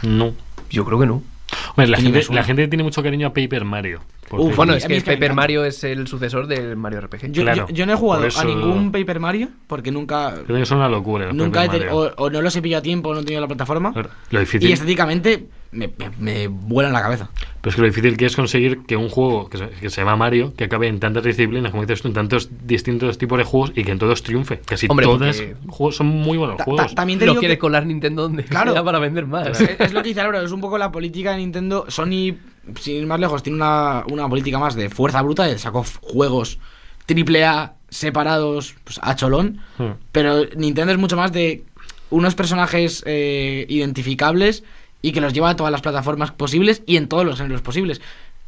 B: No.
E: Yo creo que no.
B: Hombre, la,
D: Ni me
B: gente,
D: suena.
B: la gente tiene mucho cariño a Paper Mario. porque-
D: Uf,
E: Bueno,
D: mí-
E: es
D: a mí
E: que
D: es que me
E: Paper
D: encanta.
E: Mario es el sucesor del Mario RPG.
D: Yo,
B: Claro.
D: yo- yo no he jugado
B: Por eso-
D: a ningún Paper Mario porque nunca,
B: Creo que son una locura. los
D: nunca he
B: Paper
D: teni-
B: Mario.
D: o, o no los he pillado a tiempo, no he tenido la plataforma.
B: Lo
D: Y
B: difícil.
D: estéticamente me, me, me vuelan la cabeza.
B: Pero es que lo difícil que es conseguir que un juego que se, que se llama Mario, que acabe en tantas disciplinas, como dices tú, en tantos distintos tipos de juegos y que en todos triunfe. Casi
E: Hombre,
B: todas
E: porque-
B: juegos son muy buenos
D: Ta- ta-
B: juegos.
D: también te
E: Lo
D: digo
E: quiere
D: que-
E: colar Nintendo donde
D: Claro.
E: sea para vender más. Eh,
D: es, es lo que dice Álvaro, es un poco la política de Nintendo. Sony, sin ir más lejos, tiene una, una política más de fuerza bruta, de sacó f- juegos triple A separados pues, a cholón.
B: Hmm.
D: Pero Nintendo es mucho más de unos personajes eh, identificables y que los lleva a todas las plataformas posibles y en todos los géneros posibles.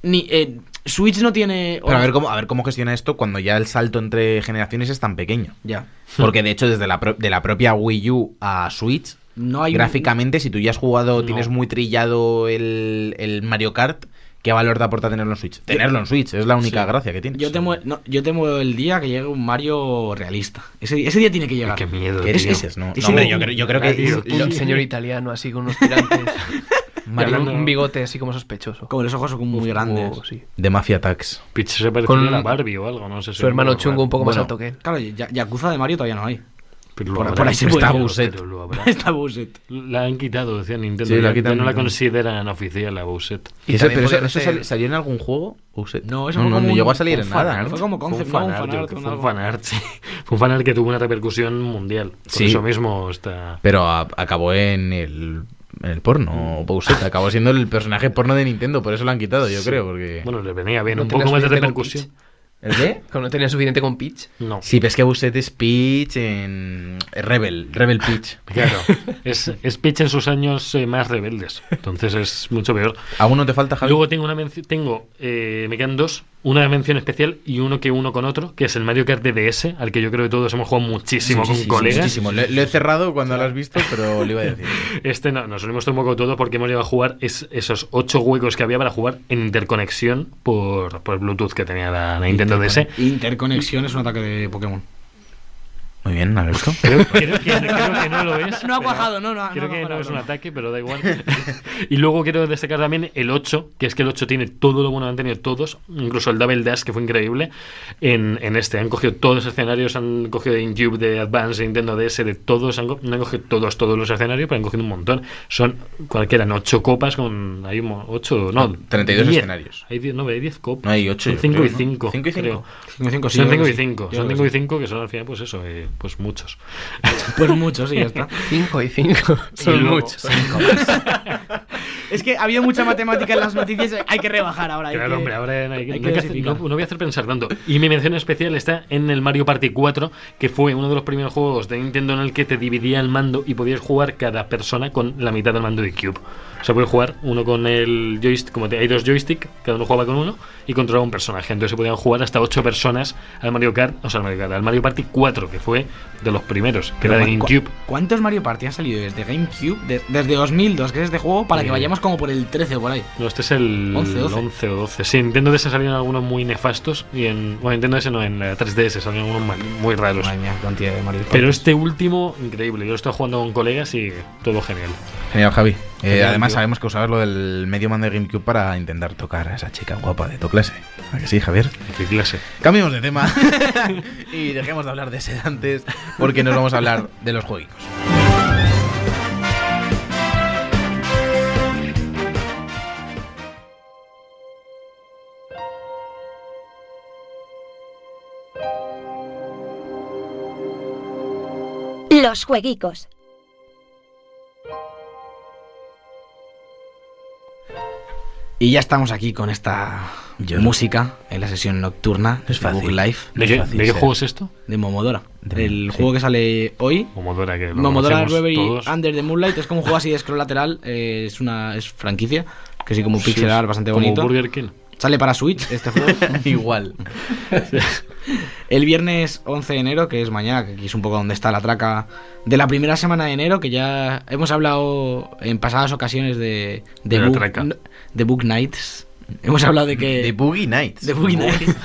D: Ni, eh, Switch no tiene...
C: Pero a ver, cómo, a ver cómo gestiona esto cuando ya el salto entre generaciones es tan pequeño.
D: Ya.
E: Hmm.
C: Porque de hecho, desde la, pro- de la propia Wii U a Switch,
D: No hay...
C: gráficamente, si tú ya has jugado,
B: No.
C: tienes muy trillado el, el Mario Kart, ¿qué valor te aporta tenerlo en Switch? Tenerlo en Switch, es la única gracia que tiene.
D: Yo temo, no, yo temo el día que llegue un Mario realista. Ese, ese día tiene que llegar.
B: Qué miedo.
C: ¿Qué
B: tío.
C: dices? No,
D: es
C: no, hombre,
D: un-
C: yo creo, yo creo que
B: Radio,
C: lo-
E: Un señor italiano así con unos tirantes.
C: Mario-
E: Mario, un bigote así como sospechoso.
D: Como los ojos son muy grandes.
E: Oh, sí.
C: de Mafia Tax.
B: Pitch se parecía
E: Con-
B: a la Barbie o algo, no sé si
E: Su hermano
B: algo
E: chungo un poco más
C: Bueno.
E: alto que él.
D: Claro, ya- Yakuza de Mario todavía no hay.
B: raro. Pero lo
D: Por,
B: habrá.
D: por ahí se puede
C: Está
D: llegar.
C: Bowsette.
B: Pero lo habrá.
D: Está Bowsette.
B: La han quitado, decía Nintendo.
C: Sí, la
B: ya-
C: quitan
B: ya no la
C: Nintendo.
B: consideran oficial a Bowset.
E: Y
C: Eso- pero
E: también
C: eso,
E: podrían
C: eso
E: hacer-
C: sal- salió en algún juego? Use-
D: No, eso fue como
C: no
D: un-
C: llegó a salir
D: un
C: en nada.
D: fanart,
C: ¿no?
D: fue como concept,
B: fue un
D: no, un
B: fanart,
D: fanart,
B: que
D: un
B: fue un
D: algo.
B: fanart, sí. Fue un fanart que tuvo una repercusión mundial. Por
C: Sí.
B: eso mismo está...
C: Pero a- acabó en el, en el porno,
D: Mm.
C: Bowsette. Acabó siendo el personaje porno de Nintendo, por eso lo han quitado, yo creo. Porque...
B: Bueno, le venía bien,
E: No
B: un poco
E: tenía
B: más de
E: suficiente con
B: repercusión.
C: ¿El qué?
E: Como no tenía suficiente con Peach.
B: No.
C: Sí, pero es que Buset es Peach en Rebel, Rebel Peach.
B: Claro. Es, es Peach en sus años eh, más rebeldes. Entonces es mucho peor.
C: ¿Aún no te falta, Javi?
B: Luego tengo una mención. Tengo. eh, me quedan dos. Una mención especial y uno que uno con otro, que es el Mario Kart de DS, al que yo creo que todos hemos jugado muchísimo, con colegas.
C: Muchísimo. Lo, lo he cerrado cuando lo has visto, pero lo iba a decir.
B: Este no, nos lo hemos tomado todo porque hemos llegado a jugar es- esos ocho huecos que había para jugar en interconexión por, por Bluetooth que tenía la, la Nintendo DS.
D: Interconexión es un ataque de Pokémon.
C: Muy bien, Alberto.
B: Creo, creo que, creo que no lo es.
D: No ha
B: pero-
D: cuajado, no, no ha-
B: Creo
D: Ah, no ha
B: que
D: cuajado,
B: no es
D: no.
B: un ataque, pero da igual. y luego quiero destacar también el 8, que es que el 8 tiene todo lo bueno que han tenido todos, incluso el Double Dash, que fue increíble, en, en este. Han cogido todos los escenarios, han cogido de GameCube, de Advance, de Nintendo DS, de todos, han, co- no han cogido todos, todos los escenarios, pero han cogido un montón. Son, cualquiera, eran 8 copas con... Hay 8, no,
C: 32
B: diez.
C: escenarios.
B: Hay 10, no, hay 10 copas.
C: No, hay ocho, yo
B: 5 y
C: creo, ¿no?
B: 5.
C: Cinco y cinco.
D: 5 5
B: Son 5 y 5, son 5 y 5 que son al final pues eso, eh, pues muchos.
D: Pues muchos, sí, ya está.
E: 5 y 5. Son
B: luego-
E: muchos.
D: Es que ha habido mucha matemática en las noticias, hay que rebajar ahora. hay
B: Claro,
D: que-
B: hombre, ahora no, hay- no
D: hay que
B: hay que hacer-
D: dosificar.
B: no- no voy a hacer pensar tanto. Y mi mención especial está en el Mario Party 4, que fue uno de los primeros juegos de Nintendo en el que te dividía el mando y podías jugar cada persona con la mitad del mando de Cube. O sea, podías jugar uno con el joystick, como te- hay dos joysticks, cada uno jugaba con uno y controlaba un personaje. Entonces se podían jugar hasta ocho personas al Mario Kart, o sea, al Mario Kart, al Mario Party 4, que fue de los primeros, que era de
D: ¿cu-
B: GameCube.
D: ¿Cuántos Mario Party han salido desde GameCube, de- desde 2002, que es este juego, para que
B: Eh.
D: vayamos como por el 13 o por ahí?
B: No, este es el
D: 11,
B: 11,
D: 12.
B: o 12. Sí, en Nintendo DS salieron algunos muy nefastos. Y en. Bueno, en Nintendo DS no, en la 3DS salieron algunos mal- muy raros.
D: Madre mía, qué cantidad de Mario Party.
B: Pues Pero este último, increíble. Yo lo estoy jugando con colegas y todo genial.
C: Genial, Javi. Eh,
B: Genial,
C: además,
B: tío.
C: sabemos que usabas lo del medio mando de GameCube para intentar tocar a esa chica guapa de tu clase. ¿A que sí, Javier?
B: Qué clase.
C: Cambiemos de tema y dejemos de hablar de sedantes porque nos vamos a hablar de los jueguitos.
G: Los jueguicos.
D: Y ya estamos aquí con esta
C: Yo-
D: música en la sesión nocturna
C: Es
D: de
C: fácil.
D: Book Life
B: ¿De, qué- de qué juego es esto?
D: de Momodora.
C: De-
D: el
C: sí.
D: juego que sale hoy.
B: Momodora, que lo
D: Momodora
B: conocemos
D: Reverie
B: todos.
D: Under the Moonlight es como un juego así de scroll lateral. eh, es una es franquicia que sí, como
B: Sí,
D: pixel art bastante
B: como
D: bonito.
B: Burger King.
D: Sale para Switch este juego.
C: Igual.
D: El viernes 11 de enero, que es mañana, que aquí es un poco donde está la traca de la primera semana de enero, que ya hemos hablado en pasadas ocasiones de,
B: De la
D: book,
B: traca.
D: de Book Nights. Hemos hablado de que
C: De Boogie Nights.
D: de Boogie Nights.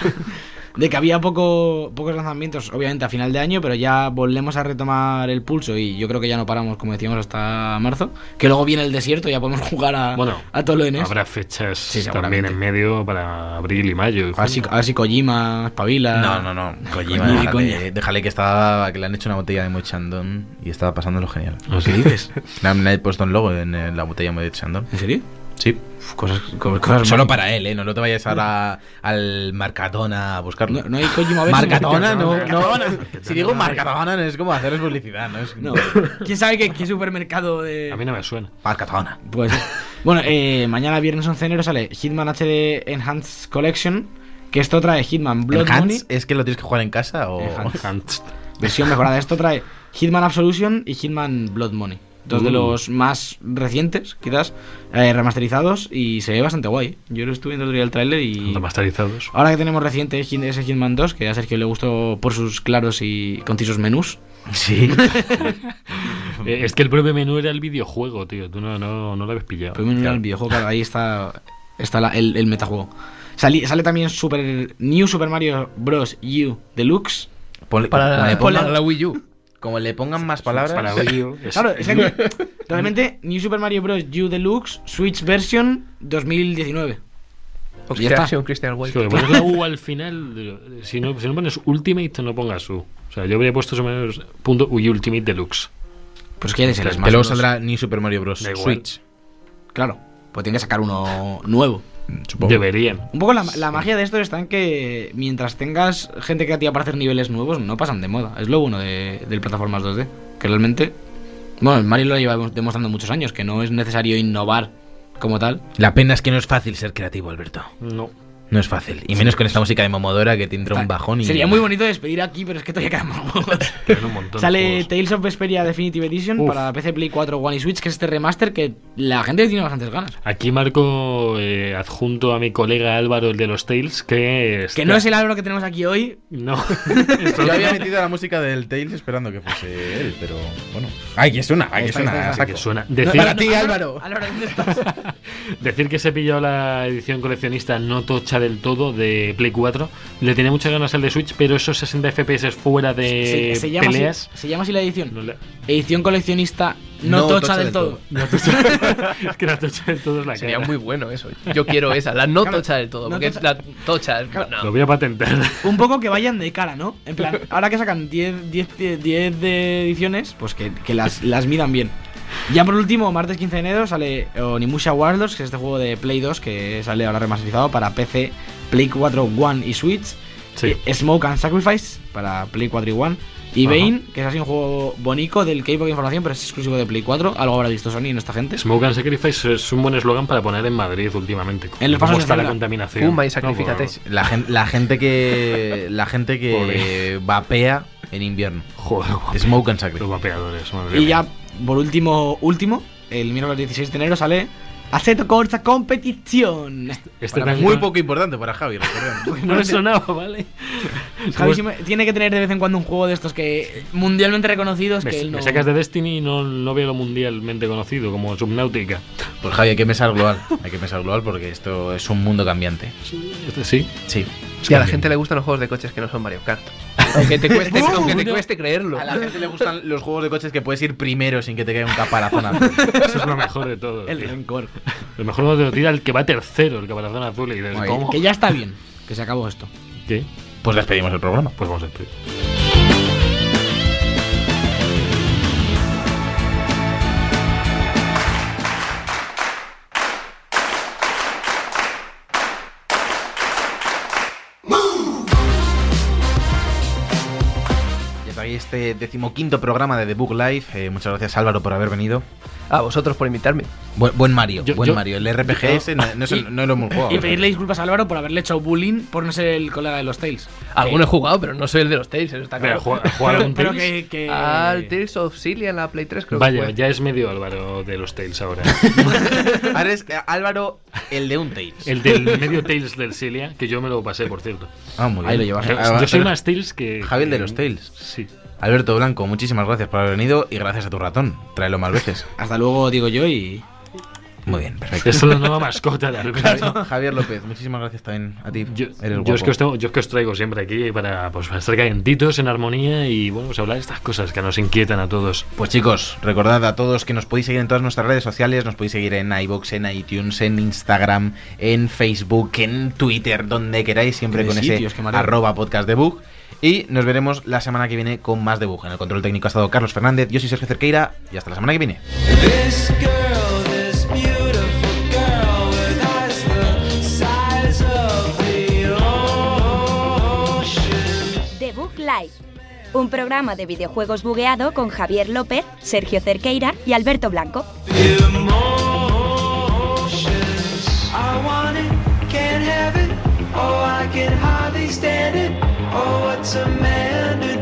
D: De que había poco, pocos lanzamientos, obviamente, a final de año, pero ya volvemos a retomar el pulso y yo creo que ya no paramos, como decíamos, hasta marzo. Que luego viene el desierto y ya podemos jugar a,
B: Bueno,
D: a todo lo de E NES.
B: Habrá fechas
D: Sí,
B: también
D: seguramente.
B: en medio para abril y mayo. y
D: A ver, si,
B: junio.
D: a ver si Kojima espabila.
C: No, no, no. Kojima,
D: Ni de
C: déjale,
D: coña.
C: déjale que estaba que le han hecho una botella de mochandón y estaba pasándolo genial.
B: ¿Ah, sí?
C: Le han, le han puesto un logo en, eh, la botella de mochandón.
D: ¿En serio?
C: Sí.
D: Uf, cosas, co- cosas
C: Solo
D: mal-
C: para él, ¿eh? No, no te vayas ahora al Mercadona a buscarlo.
D: No, no hay Kojima versus
C: Marcadona, no, no, no.
B: Mercadona.
C: Si digo Marcadona, no es como hacerles publicidad, ¿no? Es
D: No. ¿Quién sabe qué, qué supermercado de.?
B: A mí no me suena.
C: Mercadona.
D: Pues, bueno, eh, mañana viernes 11 de enero sale Hitman HD Enhanced Collection, que esto trae Hitman Blood Money.
C: Enhanced, ¿Es que lo tienes que jugar en casa o...?
D: Enhanced.
B: Hans.
D: Versión mejorada. Esto trae Hitman Absolution y Hitman Blood Money. Dos de
B: Mm.
C: Uh.
D: los más recientes, quizás, eh, remasterizados y se ve bastante guay. Yo lo estuve viendo el otro día el tráiler y...
B: Remasterizados.
D: Ahora que tenemos reciente Hit- ese Hitman 2, que a Sergio le gustó por sus claros y concisos menús. Pues
C: Sí.
B: Eh, es que el propio menú era el videojuego, tío. Tú no, no, no lo habías pillado.
D: Primero era
C: Claro.
D: el videojuego, claro, ahí está, está la- el, el metajuego. Sali- sale también Super, New Super Mario Bros. U Deluxe.
C: Ponle- como,
E: Para,
C: le
E: para
C: pongan,
E: la Wii U.
C: como le pongan más palabras...
B: Para Wii es-
D: Claro, es que realmente New Super Mario Bros. U Deluxe Switch Version 2019. ya está.
E: Obsession Christian
B: Es
E: Wake.
B: que le pones la U al final, si no, si no pones Ultimate, no pongas U. O sea, yo habría puesto eso menos punto UI Ultimate Deluxe.
D: Pues que ya tienes el
C: Que
D: Smash
C: luego
D: Bros.
C: saldrá ni Super Mario Bros.
B: Da igual.
C: Switch,
D: Claro, pues tienen que sacar uno nuevo.
C: supongo.
B: Deberían.
D: Un poco la, la magia de esto está en que mientras tengas gente creativa para hacer niveles nuevos, no pasan de moda. Es lo bueno de, del plataformas 2D. Que realmente. Bueno, el Mario lo llevamos demostrando muchos años, que no es necesario innovar como tal.
C: La pena es que no es fácil ser creativo, Alberto.
B: No.
C: No es fácil. Y menos con esta música de Momodora que te entra un bajón y.
D: Sería muy bonito despedir aquí, pero es que todavía quedan juegos.
B: Quedan un montón de
D: Sale
B: juegos.
D: Tales of Vesperia Definitive Edition
B: pues, Uf.
D: para PC, Play 4, One y Switch, que es este remaster que la gente tiene bastantes ganas.
B: Aquí marco eh, adjunto a mi colega Álvaro, el de los Tales, que.
D: Que no es el álbum que tenemos aquí hoy.
B: No. Es
C: Yo
B: otro.
C: había metido la música del Tails esperando que fuese él, pero bueno. Ay, que suena, ay, que suena. a
B: Que
C: saco.
B: suena. Decir,
C: Para ti, Álvaro.
D: Álvaro, ¿dónde estás?
B: decir que se pilló la edición coleccionista no tocha del todo de Play 4. Le tenía muchas ganas al de Switch, pero esos 60 FPS fuera de
D: se, se llama
B: Eh, peleas.
D: Así, se llama así la edición.
B: no le-
D: Edición coleccionista no, tocha, del, todo.
B: no tocha- es que la tocha del todo es la
E: Sería
B: cara.
E: muy bueno eso. Yo quiero esa, la no
D: Claro,
E: tocha del todo,
D: no
E: porque
D: tocha-
E: la tocha es-
D: Claro.
E: no.
B: Lo voy a patentar.
D: Un poco que vayan de cara, ¿no? En plan, ahora que sacan 10 10 de- 10 de ediciones, pues que, que las, las midan bien. Ya por último, martes 15 de enero sale Onimusha Warlords, que es este juego de Play 2 que sale ahora remasterizado para PC, Play 4, One y Switch.
B: Sí.
D: Eh, Smoke and Sacrifice para Play 4 y One. Y
B: Ajá.
D: Bane, que es así un juego bonito del que hay poca información, pero es exclusivo de Play 4. Algo habrá visto Sony en esta gente.
B: Eh, Smoke and Sacrifice es un buen eslogan para poner en Madrid últimamente.
D: En los
B: ¿Cómo
D: pasos de
B: está la
D: cebra.
B: contaminación?
E: Pumba y
B: No, pues,
E: sacrificate.
B: por-
C: La, gen- la gente que. La gente que vapea en invierno.
B: Joder, guapo.
C: Smoke and
B: Los
C: Sacrifice.
B: vapeadores, madre
D: Y
B: mía.
D: ya, por último, último, el miércoles 16 de enero sale Assetto Corsa Competición.
B: Este
C: Para-
B: tan-
C: Muy poco importante para Javi, recordemos.
B: No le sonaba, ¿vale?
D: Javi siempre tiene que tener de vez en cuando un juego de estos que mundialmente reconocidos
B: me,
D: que él
B: me
D: no-
B: sacas de Destiny y no, no veo lo mundialmente conocido como Subnautica.
C: Pues Javi, hay que pensar global. Hay que pensar global porque esto es un mundo cambiante.
B: Este sí.
C: Sí.
E: Y a la gente le gustan los juegos de coches que no son Mario Kart. Aunque te
D: Pues
B: este
E: cueste, aunque te cueste creerlo.
C: A la gente le gustan los juegos de coches que puedes ir primero sin que te caiga un caparazón. azul.
B: Eso es lo mejor de todo.
D: El
B: tío.
D: rencor.
B: Lo mejor no te lo tira el que va tercero, el caparazón azul. Y dices,
C: Muy bien.
B: ¿cómo?
D: Que ya está bien, que se acabó esto.
B: ¿Qué?
C: Pues despedimos el programa.
B: Pues vamos a despedir.
C: Ya está ahí este decimoquinto programa de The Book Live. Eh, muchas gracias Álvaro por haber venido.
E: A vosotros por invitarme.
C: Buen, buen Mario,
B: Yo-
C: buen
B: yo-
C: Mario. El RPG ese no, no es el- no lo hemos jugado.
D: Y pedirle disculpas a Álvaro por haberle hecho bullying por no ser el colega de los Eh, Tales.
E: Alguno he jugado, pero no soy el de los Tales, eso está
B: Pero,
E: claro.
B: ¿juega- juega
D: Pero,
B: algún
D: pero
B: Tales?
D: que, que-
E: Al Tales of Cilia en la Play 3 creo
B: Vaya,
E: que fue.
B: ya es medio Álvaro de los Tales ahora.
C: Ahora es eh, Álvaro, el de un Tales.
B: El del medio Tales del Celia, que yo me lo pasé, por cierto.
C: Ah, muy
D: Ahí
C: bien.
D: lo llevas.
B: Yo,
C: Ah,
B: yo soy
C: pero-
B: más Tales que.
C: Javi, el de
B: que-
C: los Tales.
B: Sí.
C: Alberto Blanco, muchísimas gracias por haber venido y gracias a tu ratón. Tráelo más veces.
D: Hasta luego, digo yo, y.
C: Muy bien, perfecto.
B: Es la nueva mascota de Álvaro.
C: Javier López, muchísimas gracias también a ti.
B: Yo,
C: Eres
B: yo es
C: guapo.
B: que os tengo- yo es que os traigo siempre aquí para, pues, para estar calentitos, en armonía y bueno, pues hablar de estas cosas que nos inquietan a todos.
C: Pues chicos, recordad a todos que nos podéis seguir en todas nuestras redes sociales, nos podéis seguir en iBox, en iTunes, en Instagram, en Facebook, en Twitter, donde queráis, siempre
D: Qué
C: con
D: sitios, qué
C: ese
D: mareo.
C: arroba podcast debug. Y nos veremos la semana que viene con más debug. En el control técnico ha estado Carlos Fernández, yo soy Sergio Cerqueira y hasta la semana que viene.
H: This girl, this beautiful girl with eyes the size of the ocean.
G: The Book Live.
F: Un programa de videojuegos bugueado con Javier López, Sergio Cerqueira y Alberto Blanco.
H: Emotions. I want it, can't have it. Oh, I can hardly stand it. Oh, what's a man to